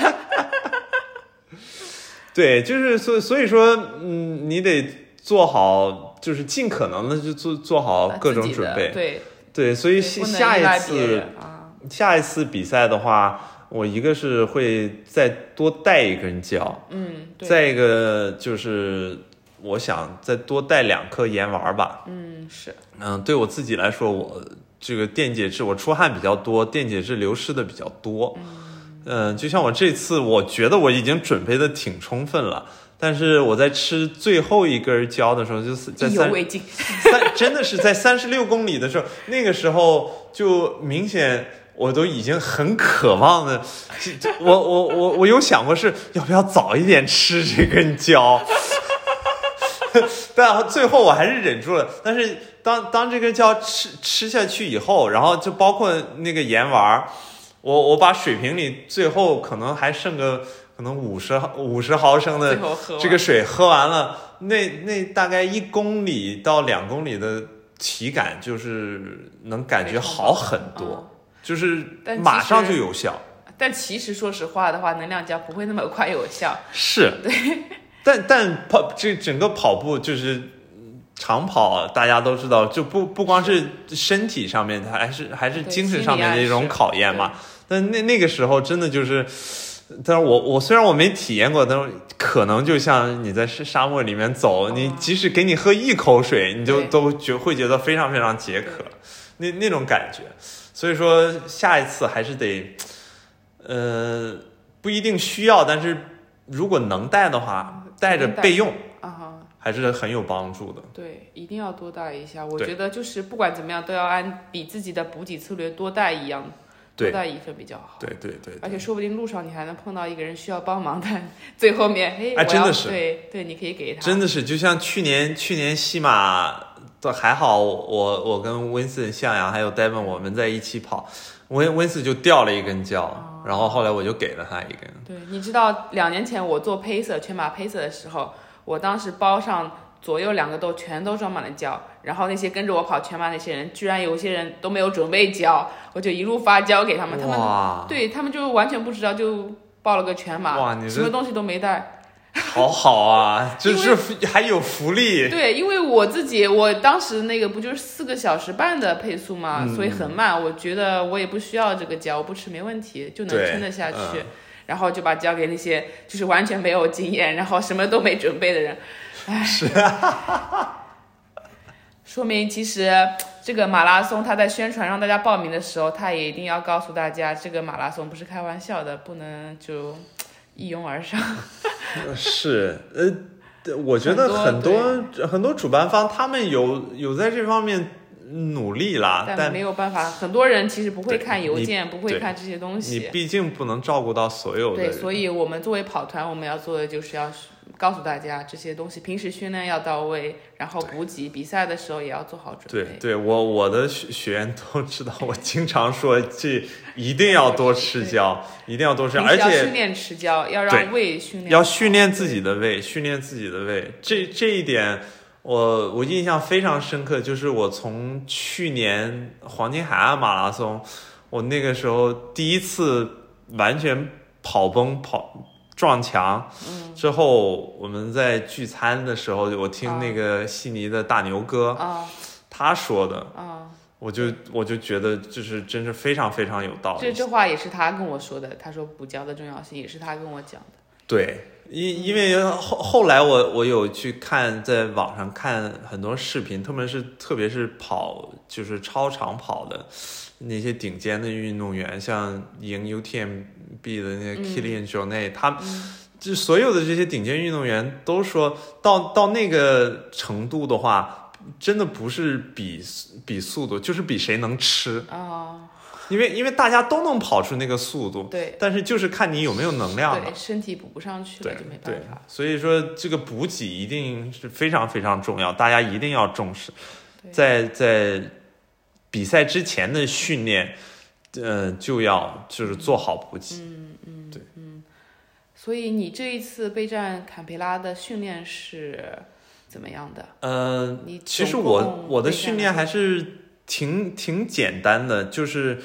[SPEAKER 2] 对，就是所所以说，嗯，你得做好，就是尽可能的就做 做好哦各
[SPEAKER 1] 自
[SPEAKER 2] 种
[SPEAKER 1] 己的
[SPEAKER 2] 准备。
[SPEAKER 1] 对，
[SPEAKER 2] 对，所以
[SPEAKER 1] 不能
[SPEAKER 2] 下
[SPEAKER 1] 依
[SPEAKER 2] 下一
[SPEAKER 1] 赖别
[SPEAKER 2] 次
[SPEAKER 1] 人啊，
[SPEAKER 2] 下一次比赛的话，我一个是会再多带一根胶，
[SPEAKER 1] 嗯，对，
[SPEAKER 2] 再一个就是我想再多带两颗盐丸儿吧。
[SPEAKER 1] 嗯是，
[SPEAKER 2] 嗯，对我自己来说，我这个电解质，我出汗比较多，电解质流失的比较多。嗯，就像我这次，我觉得我已经准备的挺充分了，但是我在吃最后一根胶的时候，就是在
[SPEAKER 1] 意犹
[SPEAKER 2] 三
[SPEAKER 1] 未尽。
[SPEAKER 2] 三，真的是在三十六公里的时候，那个时候就明显。我都已经很渴望的，就就我我我我有想过是要不要早一点吃这根胶，但啊最后我还是忍住了。但是当当这根胶吃吃下去以后，然后就包括那个盐丸儿，我我把水瓶里最后可能还剩个可能五十五十毫升的
[SPEAKER 1] 最后喝完
[SPEAKER 2] 这个水喝完了，那那大概一公里到两公里的体感就是能感觉好很多，就是
[SPEAKER 1] 嗯但其实
[SPEAKER 2] 马上就有效。
[SPEAKER 1] 哦但其实说实话的话，能量胶不会那么快有效。
[SPEAKER 2] 是，对。但但跑这整个跑步就是嗯长跑，大家都知道，就不不光是身体上面，还是还是
[SPEAKER 1] 对
[SPEAKER 2] 精神
[SPEAKER 1] 心
[SPEAKER 2] 上
[SPEAKER 1] 理
[SPEAKER 2] 面的
[SPEAKER 1] 暗
[SPEAKER 2] 一种
[SPEAKER 1] 示
[SPEAKER 2] 考验嘛。但那那个时候真的就是，但是我我虽然我没体验过，但是可能就像你在沙沙漠里面走，你即使给你喝一口水，你就
[SPEAKER 1] 哦对
[SPEAKER 2] 都觉会觉得非常非常解渴，那那种感觉。所以说下一次还是得，呃，不一定需要，但是如果能带的话，带着备用
[SPEAKER 1] 啊哈，
[SPEAKER 2] 还是很有帮助的。
[SPEAKER 1] 对，一定要多带一下。我
[SPEAKER 2] 对
[SPEAKER 1] 觉得就是不管怎么样，都要按比自己的补给策略多带一样，多
[SPEAKER 2] 对
[SPEAKER 1] 带一份比较好。
[SPEAKER 2] 对对对
[SPEAKER 1] 而且说不定路上你还能碰到一个人需要帮忙的， 最后面嘿，
[SPEAKER 2] 哎
[SPEAKER 1] 我
[SPEAKER 2] 真的
[SPEAKER 1] 要
[SPEAKER 2] 是
[SPEAKER 1] 对对，你可以给他，
[SPEAKER 2] 真的是，就像去年去年西马的还好，我我跟温斯、向阳还有 Devon 我们在一起跑，温温斯就掉了一根
[SPEAKER 1] 哦
[SPEAKER 2] 胶，然后后来我就给了他一根。
[SPEAKER 1] 对，你知道两年前我做 pacer 全马 pacer 的时候，我当时包上左右两个兜全都装满了胶，然后那些跟着我跑全马那些人，居然有些人都没有准备胶，我就一路发胶给他们，他们
[SPEAKER 2] 哇，
[SPEAKER 1] 对他们就完全不知道就报了个全马，
[SPEAKER 2] 哇你这
[SPEAKER 1] 什么东西都没带。
[SPEAKER 2] 好好啊，
[SPEAKER 1] 因
[SPEAKER 2] 这
[SPEAKER 1] 为
[SPEAKER 2] 是还有福利。
[SPEAKER 1] 对，因为我自己我当时那个不就是四个小时半的配速嘛，所以很慢，我觉得我也不需要这个胶，我不吃没问题，就能
[SPEAKER 2] 对
[SPEAKER 1] 撑得下去。
[SPEAKER 2] 嗯
[SPEAKER 1] 然后就把交给那些就是完全没有经验，然后什么都没准备的人，唉，是、说明其实这个马拉松，他在宣传让大家报名的时候，他也一定要告诉大家，这个马拉松不是开玩笑的，不能就一拥而上，
[SPEAKER 2] 是，呃，我觉得很
[SPEAKER 1] 很多
[SPEAKER 2] 多很多主办方他们有有在这方面努力啦，
[SPEAKER 1] 但
[SPEAKER 2] 啊但
[SPEAKER 1] 没有办法，很多人其实不会看
[SPEAKER 2] 对
[SPEAKER 1] 邮
[SPEAKER 2] 你
[SPEAKER 1] 件，不会
[SPEAKER 2] 对
[SPEAKER 1] 看这些东
[SPEAKER 2] 你
[SPEAKER 1] 西。
[SPEAKER 2] 毕竟不能照顾到所有的
[SPEAKER 1] 对，
[SPEAKER 2] 人。
[SPEAKER 1] 所以我们作为跑团，我们要做的就是要告诉大家这些东西，平时训练要到位，然后补给，比赛的时候也要做好准
[SPEAKER 2] 对
[SPEAKER 1] 备。
[SPEAKER 2] 对，我我的学学员都知道，我经常说这一定要多吃胶，一定要多吃，
[SPEAKER 1] 平
[SPEAKER 2] 而
[SPEAKER 1] 时要
[SPEAKER 2] 且
[SPEAKER 1] 训练吃胶，要
[SPEAKER 2] 对
[SPEAKER 1] 让胃训练，
[SPEAKER 2] 要训练自己的胃，训练自己的胃。这这一点我，我印象非常深刻，就是我从去年黄金海岸马拉松，我那个时候第一次完全跑崩跑撞墙，
[SPEAKER 1] 嗯
[SPEAKER 2] 之后我们在聚餐的时候，我听那个悉尼的大牛哥
[SPEAKER 1] 啊
[SPEAKER 2] 他说的，
[SPEAKER 1] 啊！
[SPEAKER 2] 我就我就觉得就是真是非常非常有道
[SPEAKER 1] 这
[SPEAKER 2] 理。
[SPEAKER 1] 这话也是他跟我说的，他说补胶的重要性也是他跟我讲的。
[SPEAKER 2] 对，因因为后后来我我有去看，在网上看很多视频，特别是特别是跑就是超长跑的那些顶尖的运动员，像赢 UTMB 的那些 Kilian Jornet，、他们就所有的这些顶尖运动员都说到到那个程度的话，真的不是比比速度，就是比谁能吃，
[SPEAKER 1] 啊，
[SPEAKER 2] 因为因为大家都能跑出那个速度，
[SPEAKER 1] 对
[SPEAKER 2] 但是就是看你有没有能量了
[SPEAKER 1] 对，。身体补不上去
[SPEAKER 2] 对
[SPEAKER 1] 了就没
[SPEAKER 2] 对
[SPEAKER 1] 办法。，
[SPEAKER 2] 啊所以说这个补给一定是非常非常重要，大家一定要重视，
[SPEAKER 1] 对
[SPEAKER 2] 在在比赛之前的训练，呃，就要就是做好补给。
[SPEAKER 1] 所以你这一次备战坎培拉的训练是怎么样的？
[SPEAKER 2] 嗯、
[SPEAKER 1] 你
[SPEAKER 2] 其实
[SPEAKER 1] 总
[SPEAKER 2] 我
[SPEAKER 1] 共
[SPEAKER 2] 我的
[SPEAKER 1] 备战
[SPEAKER 2] 训
[SPEAKER 1] 了
[SPEAKER 2] 练
[SPEAKER 1] 多
[SPEAKER 2] 还
[SPEAKER 1] 久
[SPEAKER 2] 是挺挺简单的，就是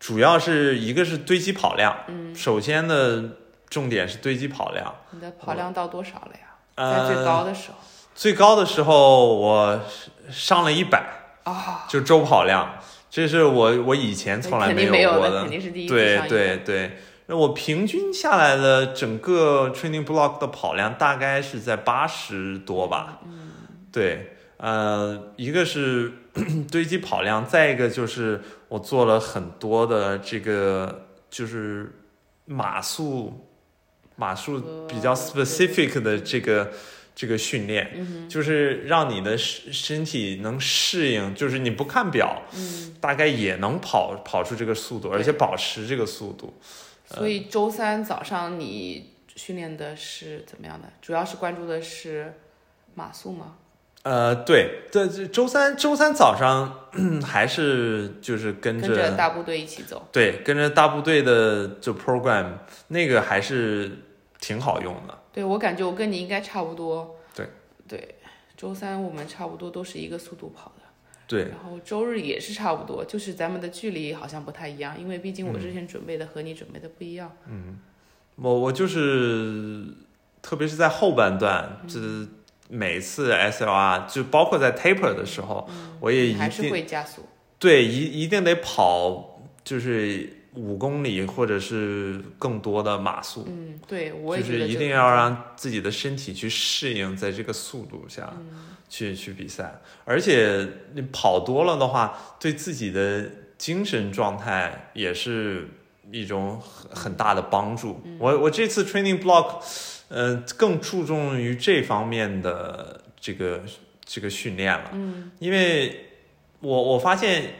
[SPEAKER 2] 主要是一个是堆积跑量，
[SPEAKER 1] 嗯，
[SPEAKER 2] 首先呢重点是堆积跑量，
[SPEAKER 1] 你的跑量到多少了呀？在
[SPEAKER 2] 呃，
[SPEAKER 1] 最高的时候
[SPEAKER 2] 最高的时候我上了一百。
[SPEAKER 1] 啊，
[SPEAKER 2] 就周跑量，这是我我以前从来
[SPEAKER 1] 肯
[SPEAKER 2] 没
[SPEAKER 1] 定没有
[SPEAKER 2] 过
[SPEAKER 1] 的，肯定是第一嗯次
[SPEAKER 2] 对
[SPEAKER 1] 上瘾
[SPEAKER 2] 对对，那我平均下来的整个 training block 的跑量大概是在八十多吧。嗯，对，呃，一个是 堆积跑量，再一个就是我做了很多的这个就是马术马术比较
[SPEAKER 1] 呃对
[SPEAKER 2] specific 的这个这个训练。
[SPEAKER 1] 嗯
[SPEAKER 2] 就是让你的身身体能适应，就是你不看表，
[SPEAKER 1] 嗯，
[SPEAKER 2] 大概也能跑跑出这个速度，
[SPEAKER 1] 对
[SPEAKER 2] 而且保持这个速度。
[SPEAKER 1] 所以周三早上你训练的是怎么样的？主要是关注的是马术吗？
[SPEAKER 2] 呃，对，这这周三周三早上 还是就是跟
[SPEAKER 1] 跟
[SPEAKER 2] 着
[SPEAKER 1] 着大部队一起走，
[SPEAKER 2] 对跟着大部队的就 program 那个还是挺好用的。
[SPEAKER 1] 对我感觉我跟你应该差不多。
[SPEAKER 2] 对
[SPEAKER 1] 对，周三我们差不多都是一个速度跑的。
[SPEAKER 2] 对
[SPEAKER 1] 然后周日也是差不多，就是咱们的距离好像不太一样，因为毕竟我之前准备的和你准备的不一样。
[SPEAKER 2] 我我就是特别是在后半段，
[SPEAKER 1] 嗯
[SPEAKER 2] 就是每次 SLR 就包括在 taper 的时候，我也
[SPEAKER 1] 你
[SPEAKER 2] 一
[SPEAKER 1] 嗯还
[SPEAKER 2] 定
[SPEAKER 1] 是会加速，
[SPEAKER 2] 对，一一定得跑，就是五公里或者是更多的码速，
[SPEAKER 1] 嗯，对，我也
[SPEAKER 2] 就
[SPEAKER 1] 觉得
[SPEAKER 2] 是一
[SPEAKER 1] 这
[SPEAKER 2] 定
[SPEAKER 1] 个
[SPEAKER 2] 要
[SPEAKER 1] 很
[SPEAKER 2] 让自己的身体去适应在这个速度下
[SPEAKER 1] 嗯
[SPEAKER 2] 去、去比赛，而且你跑多了的话，对自己的精神状态也是一种很很大的帮助。
[SPEAKER 1] 嗯
[SPEAKER 2] 我我这次 training block，嗯、更注重于这方面的这个这个训练了。
[SPEAKER 1] 嗯，
[SPEAKER 2] 因为我我发现，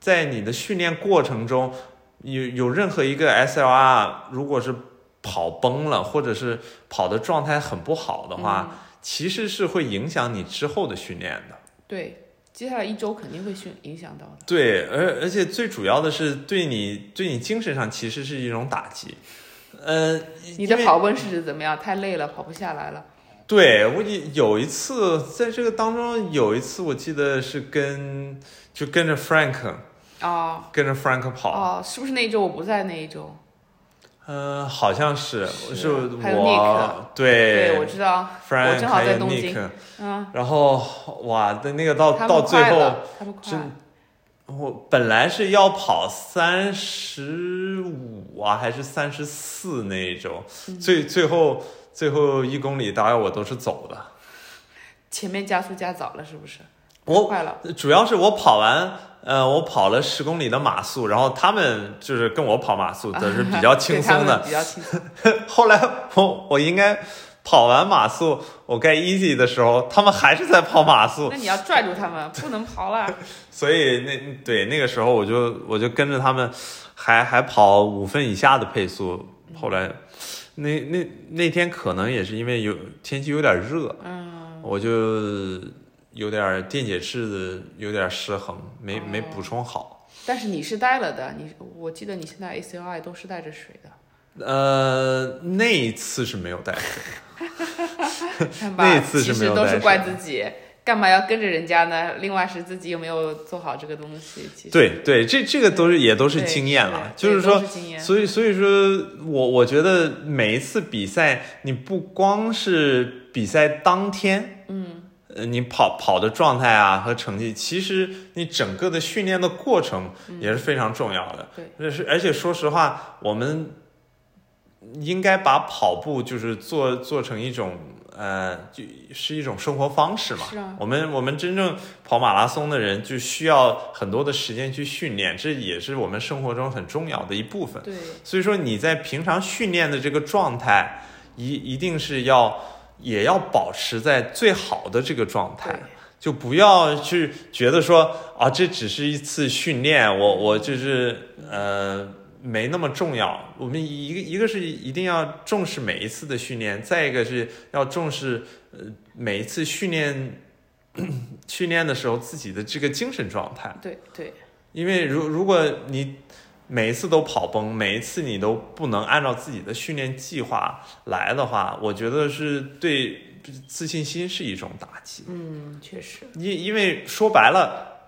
[SPEAKER 2] 在你的训练过程中，有有任何一个 SLR 如果是跑崩了，或者是跑的状态很不好的话，其实是会影响你之后的训练的。
[SPEAKER 1] 对，接下来一周肯定会训影响到的。
[SPEAKER 2] 对，而而且最主要的是对你对你精神上其实是一种打击。呃，
[SPEAKER 1] 你
[SPEAKER 2] 因
[SPEAKER 1] 的
[SPEAKER 2] 为
[SPEAKER 1] 跑温是指怎么样？太累了，跑不下来了。
[SPEAKER 2] 对我有有一次在这个当中有一次我记得是跟就跟着 Frank
[SPEAKER 1] 哦
[SPEAKER 2] 跟着 Frank 跑。
[SPEAKER 1] 哦，是不是那一周我不在那一周？
[SPEAKER 2] 嗯，好像是，
[SPEAKER 1] 是
[SPEAKER 2] 是
[SPEAKER 1] 还有
[SPEAKER 2] 我对
[SPEAKER 1] 我知道。
[SPEAKER 2] Frank
[SPEAKER 1] 我正好在
[SPEAKER 2] 还有
[SPEAKER 1] 东京
[SPEAKER 2] Nick，
[SPEAKER 1] 嗯，
[SPEAKER 2] 然后哇，那那个到
[SPEAKER 1] 他
[SPEAKER 2] 到
[SPEAKER 1] 们
[SPEAKER 2] 最
[SPEAKER 1] 快
[SPEAKER 2] 后，
[SPEAKER 1] 了，他们快
[SPEAKER 2] 真
[SPEAKER 1] 了，
[SPEAKER 2] 我本来是要跑三十五啊，还是三十四那一周，
[SPEAKER 1] 嗯
[SPEAKER 2] 最最后最后一公里大概我都是走的，
[SPEAKER 1] 前面加速加早了，是不是？
[SPEAKER 2] 我
[SPEAKER 1] 快了，
[SPEAKER 2] 主要是我跑完，呃，我跑了十公里的马速，然后他们就是跟我跑 马速的是比较轻松
[SPEAKER 1] 对他
[SPEAKER 2] 的。
[SPEAKER 1] 们比较轻松。
[SPEAKER 2] 后来我我应该跑完马速，我该 easy 的时候，他们还是在跑马速，
[SPEAKER 1] 那你要拽住他们，不能跑了。
[SPEAKER 2] 所以那对那个时候我就我就跟着他们还，还跑五分以下的配速。后来那那那天可能也是因为有天气有点热，
[SPEAKER 1] 嗯，
[SPEAKER 2] 我就有点电解质的有点失衡，
[SPEAKER 1] 哦
[SPEAKER 2] 没没补充好。
[SPEAKER 1] 但是你是带了的，你我记得你现在 ACLI 都是带着水的，
[SPEAKER 2] 呃，那一次是没有带，
[SPEAKER 1] 看吧？
[SPEAKER 2] 那次
[SPEAKER 1] 其
[SPEAKER 2] 是没
[SPEAKER 1] 实
[SPEAKER 2] 有
[SPEAKER 1] 都
[SPEAKER 2] 带
[SPEAKER 1] 是
[SPEAKER 2] 水
[SPEAKER 1] 怪自己，干嘛要跟着人家呢？另外是自己有没有做好这个东西？其实
[SPEAKER 2] 对对，这这个都是也都是
[SPEAKER 1] 对
[SPEAKER 2] 经验了，
[SPEAKER 1] 对
[SPEAKER 2] 就是
[SPEAKER 1] 都
[SPEAKER 2] 说
[SPEAKER 1] 是经验。
[SPEAKER 2] 所以，所以说我我觉得每一次比赛，你不光是比赛当天，嗯，呃，你跑跑的状态啊和成绩，其实你整个的训练的过程也是非常重要的。
[SPEAKER 1] 对
[SPEAKER 2] 对，是而且说实话，我们应该把跑步就是做做成一种呃，就是一种生活方式嘛。
[SPEAKER 1] 是啊
[SPEAKER 2] 我们我们真正跑马拉松的人，就需要很多的时间去训练，这也是我们生活中很重要的一部分。
[SPEAKER 1] 对，
[SPEAKER 2] 所以说你在平常训练的这个状态，一一定是要也要保持在最好的这个状态
[SPEAKER 1] 对，
[SPEAKER 2] 就不要去觉得说啊，这只是一次训练，我我就是呃没那么重要。我们一个一个是一定要重视每一次的训练，再一个是要重视呃每一次训练 训练的时候自己的这个精神状态。
[SPEAKER 1] 对对
[SPEAKER 2] 因为如如果你每一次都跑崩，每一次你都不能按照自己的训练计划来的话，我觉得是对自信心是一种打击。
[SPEAKER 1] 嗯，确实，
[SPEAKER 2] 因因为说白了，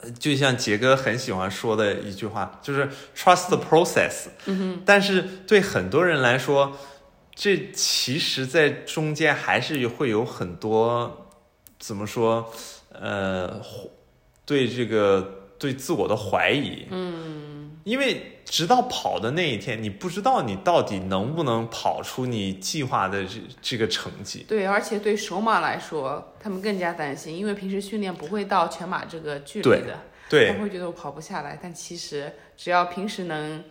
[SPEAKER 2] 呃就像杰哥很喜欢说的一句话，就是 trust the process。
[SPEAKER 1] 嗯哼，
[SPEAKER 2] 但是对很多人来说，这其实在中间还是会有很多怎么说，呃，怀对这个对自我的怀疑，
[SPEAKER 1] 嗯，
[SPEAKER 2] 因为直到跑的那一天，你不知道你到底能不能跑出你计划的这这个成绩。
[SPEAKER 1] 对，而且对首马来说，他们更加担心，因为平时训练不会到全马这个距离
[SPEAKER 2] 对
[SPEAKER 1] 的，他
[SPEAKER 2] 对
[SPEAKER 1] 们会觉得我跑不下来。但其实只要平时能，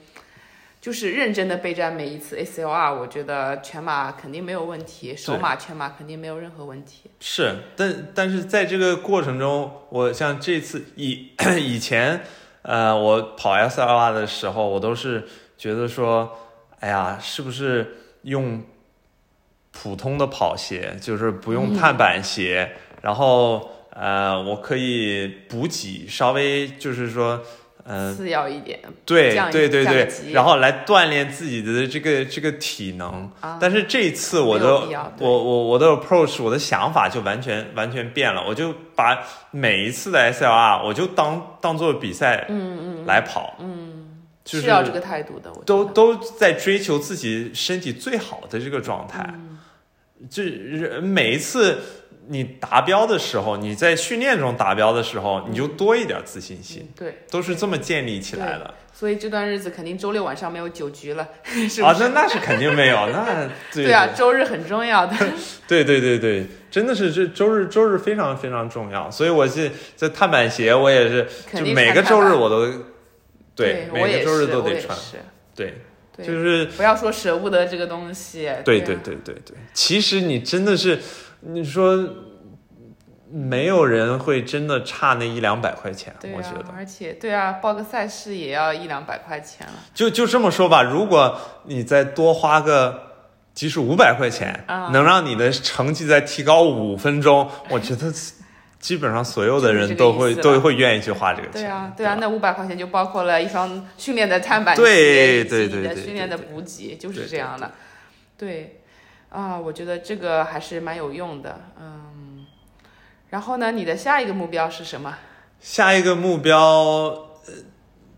[SPEAKER 1] 就是认真的备战每一次 ACLR，我觉得全马肯定没有问题，首马、全马肯定没有任何问题。
[SPEAKER 2] 是，但但是在这个过程中，我像这次以以前，呃，我跑 S L R 的时候，我都是觉得说，哎呀，是不是用普通的跑鞋，就是不用
[SPEAKER 1] 嗯
[SPEAKER 2] 碳板鞋，然后呃，我可以补给，稍微就是说，嗯、
[SPEAKER 1] 次要一点，
[SPEAKER 2] 对
[SPEAKER 1] 降一
[SPEAKER 2] 对对
[SPEAKER 1] 降
[SPEAKER 2] 对
[SPEAKER 1] 一级，
[SPEAKER 2] 然后来锻炼自己的这个这个体能。
[SPEAKER 1] 啊
[SPEAKER 2] 但是这一次我
[SPEAKER 1] 没有
[SPEAKER 2] 的
[SPEAKER 1] 必要对
[SPEAKER 2] 我我我的 approach 我的想法就完全完全变了，我就把每一次的 SLR 我就当当做比赛
[SPEAKER 1] 嗯嗯，
[SPEAKER 2] 来跑，嗯，就是
[SPEAKER 1] 要这个态度的，我觉
[SPEAKER 2] 都
[SPEAKER 1] 得嗯
[SPEAKER 2] 都在追求自己身体最好的这个状态。
[SPEAKER 1] 嗯
[SPEAKER 2] 这人每一次你达标的时候，你在训练中达标的时候，你就多一点自信心，
[SPEAKER 1] 对。
[SPEAKER 2] 都是这么建立起来的。
[SPEAKER 1] 所以这段日子肯定周六晚上没有酒局了， 是不
[SPEAKER 2] 啊，
[SPEAKER 1] 是？
[SPEAKER 2] 那那是肯定没有，那对
[SPEAKER 1] 对啊，周日很重要的。
[SPEAKER 2] 对对对对，真的是这周日周日非常非常重要，所以我是这碳板鞋我也是，
[SPEAKER 1] 肯
[SPEAKER 2] 就
[SPEAKER 1] 定
[SPEAKER 2] 每
[SPEAKER 1] 穿
[SPEAKER 2] 个
[SPEAKER 1] 碳
[SPEAKER 2] 周日
[SPEAKER 1] 板
[SPEAKER 2] 我都，对，
[SPEAKER 1] 我
[SPEAKER 2] 每
[SPEAKER 1] 也
[SPEAKER 2] 个
[SPEAKER 1] 是，
[SPEAKER 2] 周日都
[SPEAKER 1] 我也
[SPEAKER 2] 得穿，
[SPEAKER 1] 是
[SPEAKER 2] 对，
[SPEAKER 1] 对，
[SPEAKER 2] 就是
[SPEAKER 1] 不要说舍不得这个东西。
[SPEAKER 2] 对
[SPEAKER 1] 对
[SPEAKER 2] 对
[SPEAKER 1] 啊
[SPEAKER 2] 对对对，其实你真的是，你说没有人会真的差那一两百块钱，
[SPEAKER 1] 对
[SPEAKER 2] 我觉
[SPEAKER 1] 啊，
[SPEAKER 2] 得
[SPEAKER 1] 而且对啊，报个赛事也要一两百块钱了。
[SPEAKER 2] 就就这么说吧，如果你再多花个。即使五百块钱、
[SPEAKER 1] 啊
[SPEAKER 2] 能让你的成绩再提高五分钟，我觉得基本上所有的
[SPEAKER 1] 就是
[SPEAKER 2] 人
[SPEAKER 1] 这个
[SPEAKER 2] 都
[SPEAKER 1] 意
[SPEAKER 2] 会
[SPEAKER 1] 思
[SPEAKER 2] 都
[SPEAKER 1] 吧
[SPEAKER 2] 会愿意去花这个钱。
[SPEAKER 1] 对啊，对啊，
[SPEAKER 2] 吧
[SPEAKER 1] 那五百块钱就包括了一双训练的碳板鞋，
[SPEAKER 2] 对
[SPEAKER 1] 以及
[SPEAKER 2] 对
[SPEAKER 1] 你
[SPEAKER 2] 对
[SPEAKER 1] 的
[SPEAKER 2] 对
[SPEAKER 1] 训练的
[SPEAKER 2] 对对
[SPEAKER 1] 补给就是
[SPEAKER 2] 对
[SPEAKER 1] 这样的。对，啊，我觉得这个还是蛮有用的，嗯。然后呢，你的下一个目标是什么？
[SPEAKER 2] 下一个目标，呃，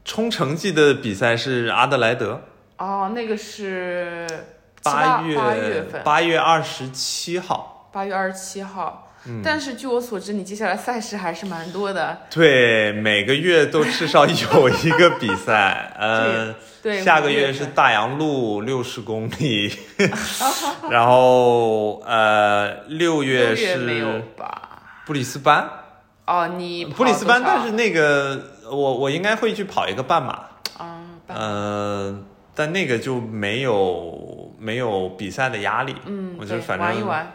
[SPEAKER 2] 冲成绩的比赛是阿德莱德，
[SPEAKER 1] 哦，那个是
[SPEAKER 2] 八
[SPEAKER 1] 月
[SPEAKER 2] 月
[SPEAKER 1] 八份，
[SPEAKER 2] 八月二十七号。
[SPEAKER 1] 八月二十七号。
[SPEAKER 2] 嗯
[SPEAKER 1] 但是据我所知，你接下来赛事还是蛮多的。
[SPEAKER 2] 对，每个月都至少有一个 比赛，嗯、
[SPEAKER 1] 对，
[SPEAKER 2] 下个
[SPEAKER 1] 五月
[SPEAKER 2] 月是
[SPEAKER 1] 份
[SPEAKER 2] 大洋路六十公里， 然后呃，
[SPEAKER 1] 六
[SPEAKER 2] 六月
[SPEAKER 1] 月没有
[SPEAKER 2] 是
[SPEAKER 1] 吧？
[SPEAKER 2] 布里斯班，
[SPEAKER 1] 哦，你跑
[SPEAKER 2] 布里斯班，
[SPEAKER 1] 多少
[SPEAKER 2] 但是那个我我应该会去跑一个半马，
[SPEAKER 1] 啊，半
[SPEAKER 2] 呃，但那个就没有没有比赛的压力，
[SPEAKER 1] 嗯，
[SPEAKER 2] 我就
[SPEAKER 1] 对
[SPEAKER 2] 是反正
[SPEAKER 1] 玩一玩，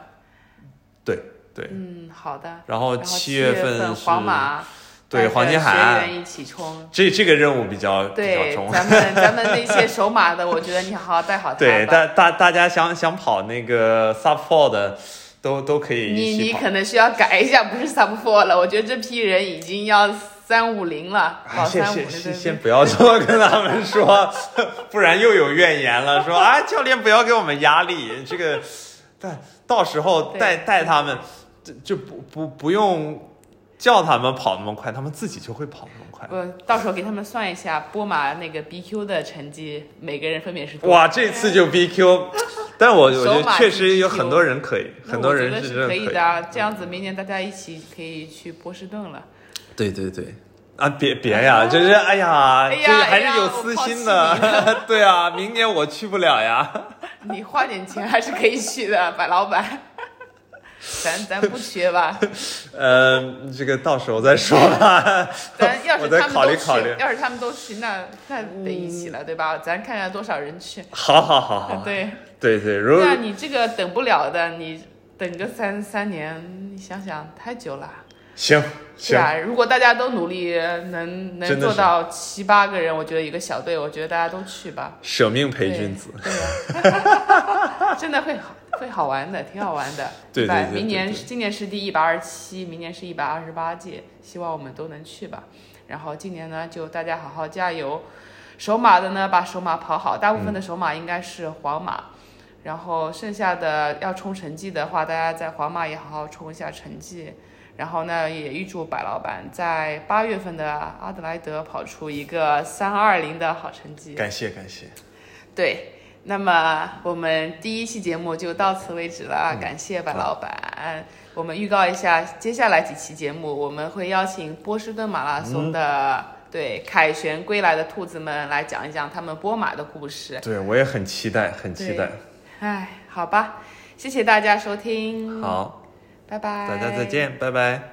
[SPEAKER 2] 对对，
[SPEAKER 1] 嗯，好的。
[SPEAKER 2] 然后
[SPEAKER 1] 然后
[SPEAKER 2] 七
[SPEAKER 1] 月
[SPEAKER 2] 份是
[SPEAKER 1] 皇马
[SPEAKER 2] 对
[SPEAKER 1] 带着
[SPEAKER 2] 黄金海
[SPEAKER 1] 学
[SPEAKER 2] 岸，
[SPEAKER 1] 员一起冲。
[SPEAKER 2] 这这个任务比较比较
[SPEAKER 1] 对，
[SPEAKER 2] 重，
[SPEAKER 1] 咱们咱们那些手马的，我觉得你好好带好它吧。
[SPEAKER 2] 对大大大家想想跑那个 sub four 的都都可以
[SPEAKER 1] 你
[SPEAKER 2] 一
[SPEAKER 1] 你
[SPEAKER 2] 起跑
[SPEAKER 1] 可。能需要改一下，不是 sub four 了。我觉得这批人已经要三五零了，
[SPEAKER 2] 哎
[SPEAKER 1] 老
[SPEAKER 2] 先
[SPEAKER 1] 三五
[SPEAKER 2] 先
[SPEAKER 1] 零
[SPEAKER 2] 先先不要这么跟他 们说，不然又有怨言了。说啊，教练不要给我们压力，这个，但到时候
[SPEAKER 1] 对
[SPEAKER 2] 带带他们，就就不不不用叫他们跑那么快，他们自己就会跑那么快。
[SPEAKER 1] 不，到时候给他们算一下波马那个 BQ 的成绩，每个人分别是多少。
[SPEAKER 2] 哇，这次就 BQ，但我我觉
[SPEAKER 1] 手
[SPEAKER 2] 得
[SPEAKER 1] 把
[SPEAKER 2] 确实有
[SPEAKER 1] BQ
[SPEAKER 2] 很多人可以，
[SPEAKER 1] 那
[SPEAKER 2] 很多
[SPEAKER 1] 我觉
[SPEAKER 2] 人
[SPEAKER 1] 得
[SPEAKER 2] 是
[SPEAKER 1] 是
[SPEAKER 2] 真的
[SPEAKER 1] 可以
[SPEAKER 2] 以
[SPEAKER 1] 的啊，这样子明年大家一起可以去波士顿了。
[SPEAKER 2] 对对对。啊，别别呀！真是，哎呀，
[SPEAKER 1] 哎呀
[SPEAKER 2] 这还
[SPEAKER 1] 哎呀
[SPEAKER 2] 是有
[SPEAKER 1] 我
[SPEAKER 2] 私
[SPEAKER 1] 抛弃
[SPEAKER 2] 心的。 对啊，明年我去不了呀。
[SPEAKER 1] 你花点钱还是可以去的，白老板。 咱咱不缺 吧，
[SPEAKER 2] 呃，这个到时候再说吧。
[SPEAKER 1] 咱要
[SPEAKER 2] 我
[SPEAKER 1] 是
[SPEAKER 2] 再
[SPEAKER 1] 他们
[SPEAKER 2] 考
[SPEAKER 1] 都
[SPEAKER 2] 虑
[SPEAKER 1] 去，
[SPEAKER 2] 考虑。
[SPEAKER 1] 要是他们都去，那那得一起了，对吧？咱看看多少人去。
[SPEAKER 2] 好好好好，
[SPEAKER 1] 对，啊
[SPEAKER 2] 对对，如
[SPEAKER 1] 那你这个等不了的，你等个三三年，你想想太久了。
[SPEAKER 2] 行
[SPEAKER 1] 是
[SPEAKER 2] 行，
[SPEAKER 1] 啊，如果大家都努力，能能
[SPEAKER 2] 真的
[SPEAKER 1] 做
[SPEAKER 2] 是
[SPEAKER 1] 到七八个人，我觉得一个小队，我觉得大家都去吧。
[SPEAKER 2] 舍命陪君子。
[SPEAKER 1] 对呀、 真的会好会好玩的，挺好玩的。
[SPEAKER 2] 对对
[SPEAKER 1] 吧
[SPEAKER 2] 对对
[SPEAKER 1] 明年
[SPEAKER 2] 对
[SPEAKER 1] 今年是第一百二十七，明年是一百二十八届，希望我们都能去吧。然后今年呢，就大家好好加油。首马的呢，把首马跑好，大
[SPEAKER 2] 嗯
[SPEAKER 1] 部分的首马应该是黄马，然后剩下的要冲成绩的话，大家在黄马也好好冲一下成绩。然后呢，也预祝白老板在八月份的阿德莱德跑出一个三二零的好成绩。
[SPEAKER 2] 感谢感谢，
[SPEAKER 1] 对，那么我们第一期节目就到此为止
[SPEAKER 2] 嗯
[SPEAKER 1] 了，感谢白老板。我们预告一下，接下来几期节目我们会邀请波士顿马拉
[SPEAKER 2] 嗯
[SPEAKER 1] 松的、对凯旋归来的兔子们来讲一讲他们波马的故事。
[SPEAKER 2] 对我也很期待，很期
[SPEAKER 1] 对
[SPEAKER 2] 待。
[SPEAKER 1] 哎，好吧，谢谢大家收听，
[SPEAKER 2] 好，
[SPEAKER 1] 拜拜，
[SPEAKER 2] 大家再见，拜拜。